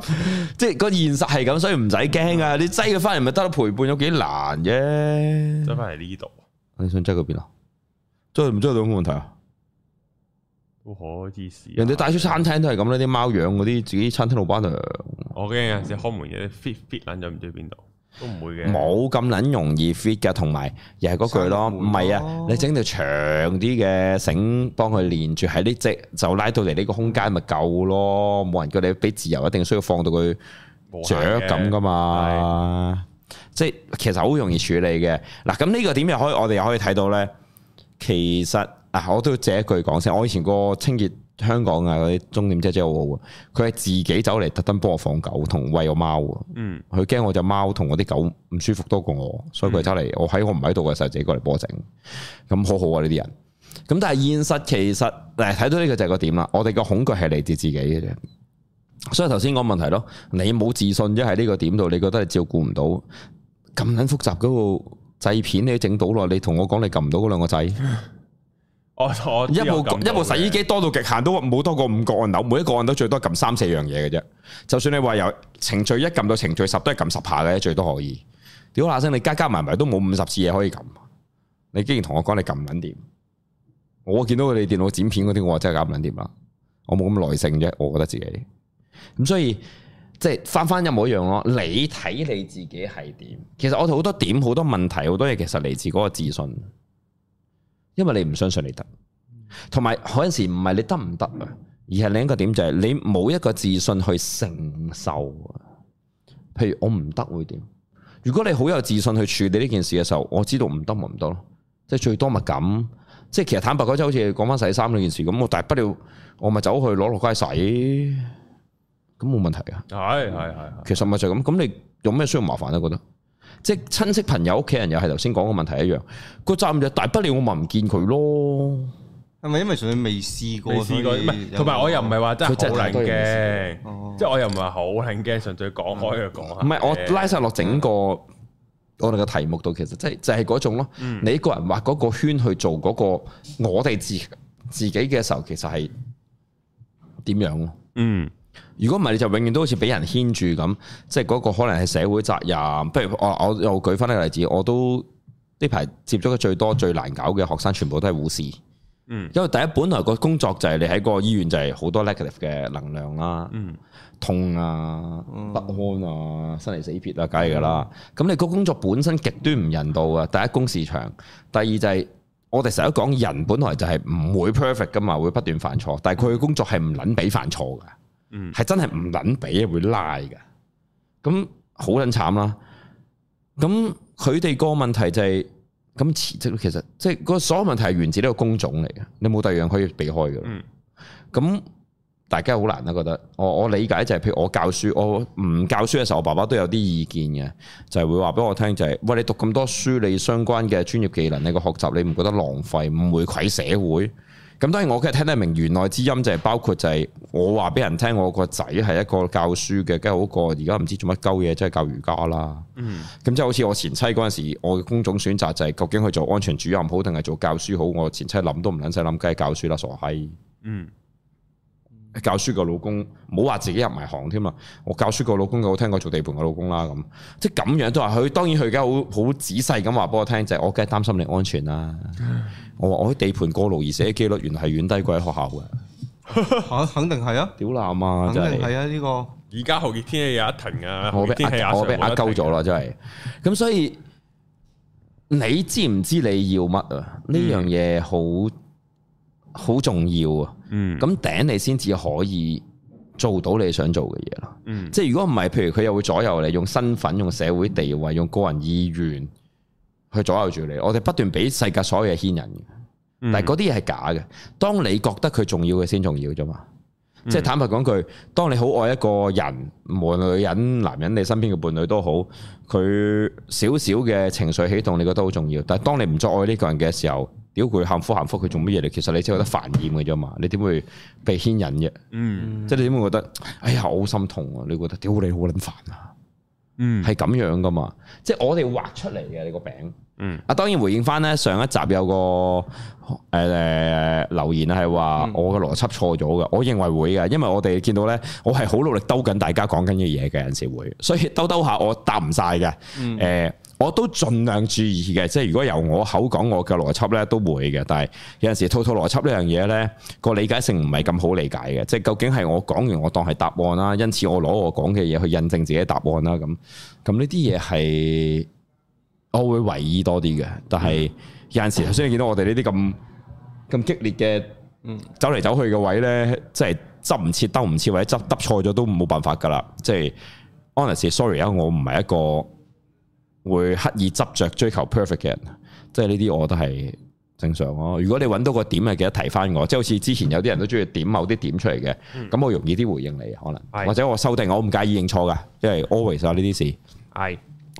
S3: 即係個現實係咁，所以唔使驚啊，你擠佢翻嚟咪得咯，陪伴有幾難啫。
S1: 走翻嚟呢度
S3: 你想擠佢邊啊？擠唔擠到有冇問題啊？
S1: 都可以試下。
S3: 人哋帶出餐廳都係咁啦，啲貓養嗰啲自己餐廳老闆娘，啊
S1: 我驚有陣時開門有啲 fit fit 撚咗唔知邊度，都唔會嘅。
S3: 冇咁撚容易 fit 嘅，同埋又係嗰句咯，
S2: 生活
S3: 唔係啊
S2: 咯，
S3: 你整條長啲嘅繩幫佢連住喺呢隻，就拉到嚟呢個空間咪夠咯，冇人叫你俾自由，一定需要放到佢
S1: 冇
S3: 雀
S1: 限嘅
S3: 咁噶嘛，即係其實好容易處理嘅。嗱，咁呢個點又可以，我哋又可以睇到咧，其實啊，我都要借一句講先，我以前個清潔香港啊嗰啲鐘點姐姐好好啊，佢係自己走嚟特登幫我放狗同餵我貓喎。
S1: 嗯，
S3: 佢驚我只貓同我啲狗唔舒服多過我，所以佢走嚟，我喺我唔喺度嘅時候自己過嚟幫我整，咁好好啊呢啲人。咁但係現實其實嗱睇到呢個就係個點啦，我哋個恐懼係嚟自自己嘅啫。所以頭先講問題咯，你冇自信啫喺呢個點度，你覺得你照顧唔到咁撚複雜嗰個製片你都整到咯，你同我講你撳唔到嗰兩個掣。
S1: 我我
S3: 一
S1: 知有
S3: 部
S1: 咁
S3: 一部
S1: 到
S3: 洗衣
S1: 嘅
S3: 機多到極限都冇多過五個按鈕，每一個按鈕最多撳三四樣嘢嘅啫。就算你話由程序一撳到程序十都係撳十下嘅，最多可以。屌嗱聲，你加加埋埋都冇五十次嘢可以撳，你竟然同我講你撳唔撚掂？我見到佢哋電腦剪片嗰啲，我真係搞唔撚掂啦。我冇咁耐性啫，我覺得自己。咁所以即係翻翻一模一樣咯。你睇你自己係點？其實我哋好多點、好多問題、好多嘢，其實嚟自嗰個自信，因為你唔相信你得。同埋嗰陣時唔係你得唔得啊，而係另一個點就係你冇一個自信去承受啊。譬如我唔得會點？如果你好有自信去處理呢件事嘅時候，我知道唔得咪唔得咯，即係最多咪咁。即係其實坦白講，即係好似講翻洗衫呢件事咁，我大不了我咪走去攞落街洗，咁冇問題啊。
S1: 係係係係
S3: 其實咪就係咁，咁你有咩需要麻煩啊咧？覺得即係親戚朋友、屋企人又係頭先講個問題一樣，個責任就大不了我咪唔見佢咯。
S2: 係咪因為純粹哦未試過？
S1: 未試過，唔係同埋我又唔係話真
S3: 佢真
S1: 係好
S3: 係太
S1: 撚
S3: 多嘢哦
S1: 驚，即係我又唔係好撚驚，純粹講開就講下。
S3: 唔係我拉晒落整個我哋嘅題目度，其實即係就係嗰種咯。
S1: 嗯
S3: 你一個人畫嗰個圈去做嗰、個我哋自自己嘅時候，其實係點樣咯？
S1: 嗯
S3: 如果唔係，你就永遠都好似俾人牽住咁，即係嗰個可能係社會責任。不如我我又舉翻一個例子，我都呢排接觸得最多、最難搞嘅學生，全部都係護士。
S1: 嗯
S3: 因為第一本來個工作就係你喺個醫院就係好多 negative 嘅能量啦，
S1: 嗯
S3: 痛啊、
S2: 嗯
S3: 不安啊、生離死別啊，梗係噶啦。咁你個工作本身極端唔人道啊！第一工時長，第二就係、我哋成日都講人本來就係唔會 perfect 噶嘛，會不斷犯錯，但係佢嘅工作係唔撚俾犯錯噶，
S1: 嗯
S3: 係真係唔撚俾會拉㗎。咁好撚慘啦！咁佢哋個問題就係、咁辭職其實即係個所有問題係源自呢個工種嚟嘅，你冇第二樣可以避開嘅。
S1: 嗯
S3: 咁大家好難啦，覺得我我理解就係、譬如我教書，我唔教書嘅時候，我爸爸都有啲意見嘅，就係、會話俾我聽就係、喂，你讀咁多書，你相關嘅專業技能，你個學習你唔覺得浪費，唔會愧社會？咁當然我梗係聽得明原來之音，就係包括就係我話俾人聽，我個仔係一個教書嘅，梗係好過而家唔知做乜鳩嘢，即係教瑜伽啦。
S1: 嗯
S3: 咁即係好似我前妻嗰陣時，我嘅工種選擇就係究竟去做安全主任好定係做教書好？我前妻諗都唔撚使諗，梗係教書啦，傻閪！
S1: 嗯
S3: 教書個老公，唔好話自己入埋行添啊！我教書個老公嘅好聽過做地盤嘅老公啦，咁即係咁樣都話佢。當然佢而家好好仔細咁話俾我聽，就係、我梗係擔心你安全啦。我話我喺地盤過勞而死嘅機率原來係遠低過喺學校嘅，
S2: 肯肯定係啊，
S3: 屌爛啊！
S2: 肯
S3: 真
S2: 定
S3: 係。
S2: 係啊，呢個
S1: 而家酷熱天氣有一停啊，
S3: 我
S1: 酷熱
S3: 俾
S1: 天氣
S3: 呃我俾呃鳩咗
S1: 啦。
S3: 啦，真係。咁所以你知唔知你要乜啊？呢樣嘢好好重要啊！
S1: 嗯
S3: 咁頂你先至可以做到你想做嘅嘢咯。
S1: 嗯
S3: 即係如果唔係，譬如佢又會左右你，用身份、用社會地位、用個人意願去左右住你。我哋不斷俾世界所有嘢牽引嘅。
S1: 嗯
S3: 但係嗰啲嘢係假嘅。當你覺得佢重要嘅先重要啫嘛。
S1: 嗯
S3: 即係坦白講句，當你好愛一個人，無論女人、男人，你身邊嘅伴侶都好，佢少少嘅情緒起動，你覺得好重要。但係當你唔再愛呢個人嘅時候，屌佢喊苦喊忽，佢做乜嘢？你其實你只係覺得煩厭嘅啫嘛。你點會被牽引啫？
S1: 嗯
S3: 即係你點會覺得，哎呀，我好心痛啊！你覺得屌你好撚煩啊，
S1: 嗯
S3: 係咁樣噶嘛？即係我哋畫出嚟嘅你個餅。
S1: 嗯
S3: 啊，當然回應翻咧，上一集有個誒、呃留言係話我嘅邏輯錯咗嘅，我認為會嘅，因為我哋見到咧，我係好努力兜緊大家講緊嘅嘢嘅，有陣時會，所以兜兜下我答唔晒嘅。誒、我都盡量注意嘅，即係如果由我口講我嘅邏輯咧，都會嘅。但係有陣時套套邏輯呢樣嘢咧，個理解性唔係咁好理解嘅。即係究竟係我講完我當係答案啦，因此我攞我講嘅嘢去印證自己嘅答案啦。咁咁呢啲嘢係我會為意多啲嘅。但係有陣時頭先你見到我哋呢啲咁咁激烈嘅。走嚟走去嘅位呢，即係執唔切、兜唔切或者執執錯咗都冇辦法噶啦。即係 honestly sorry 啊，我唔係一個會刻意執着追求 perfect 嘅人，即係呢啲我覺得係正常咯。如果你揾到個點係記得提翻我，即係好似之前有啲人都中意點某啲點出嚟嘅，咁我容易啲回應你可能，
S1: 係
S3: 或者我修訂我唔介意認錯噶，因為 always 啊呢啲事
S1: 系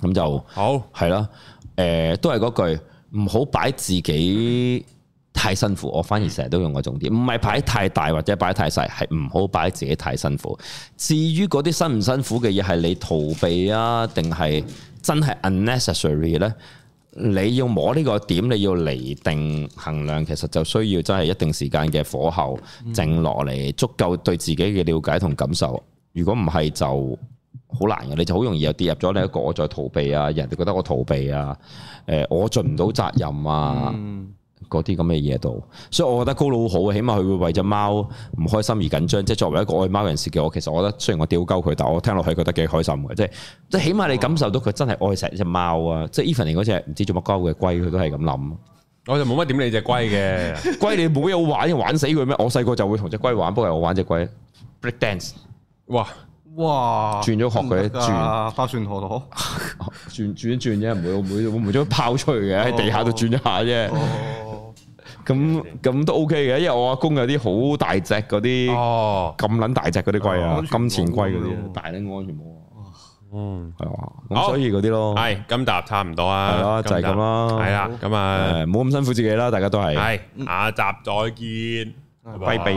S3: 咁就。
S1: 好
S3: 系啦，诶、都係嗰句，唔好擺自己太辛苦。我反而成日都用嗰種點，唔係擺太大或者擺太細，係唔好擺自己太辛苦。至於嗰啲辛唔辛苦嘅嘢，係你逃避啊，定係真係 unnecessary 呢？你要摸呢個點，你要厘定衡量，其實就需要真係一定時間嘅火候靜落嚟，足夠對自己嘅了解同感受。如果唔係就好難嘅，你就好容易又跌入咗呢一個我在逃避啊，人哋覺得我逃避啊，誒、我盡唔到責任啊。嗰啲咁嘅嘢度，所以我覺得高佬好嘅，起碼佢會為只貓唔開心而緊張。即係作為一個愛貓人士嘅我，其實我覺得雖然我屌鳩佢，但我聽落去覺得幾開心嘅。即係即係起碼你感受到佢真係愛錫只貓啊！即係 even 嗰只唔知做乜鳩嘅龜，佢都係咁諗。
S1: 我就冇乜點你只龜 嘅，
S3: 龜你冇嘢好玩，玩死佢咩？我細個就會同只龜玩，不過我玩只龜 break dance，
S1: 哇！
S2: 哇！
S3: 轉咗學佢一轉
S2: 轉，包蒜陀螺。
S3: 轉轉一轉啫，唔會唔會唔會將佢拋出去嘅，喺地下度轉一下啫。
S2: 哦，
S3: 咁咁都 OK 嘅，因為我阿公有啲好大隻嗰啲。
S1: 哦，
S3: 咁撚大隻嗰啲龜啊
S2: 哦，
S3: 金錢龜嗰
S2: 安全帽
S3: 啲，
S2: 喎
S3: 大撚安全帽啊，
S1: 嗯，
S3: 係啊，
S1: 好
S3: 咁所以嗰啲咯，
S1: 係今集差唔多
S3: 係
S1: 啊，
S3: 啦就係咁啦
S1: 係啦，咁啊。
S3: 誒，冇咁辛苦自己啦，大家都係，
S1: 系，下集再見，
S3: 拜拜。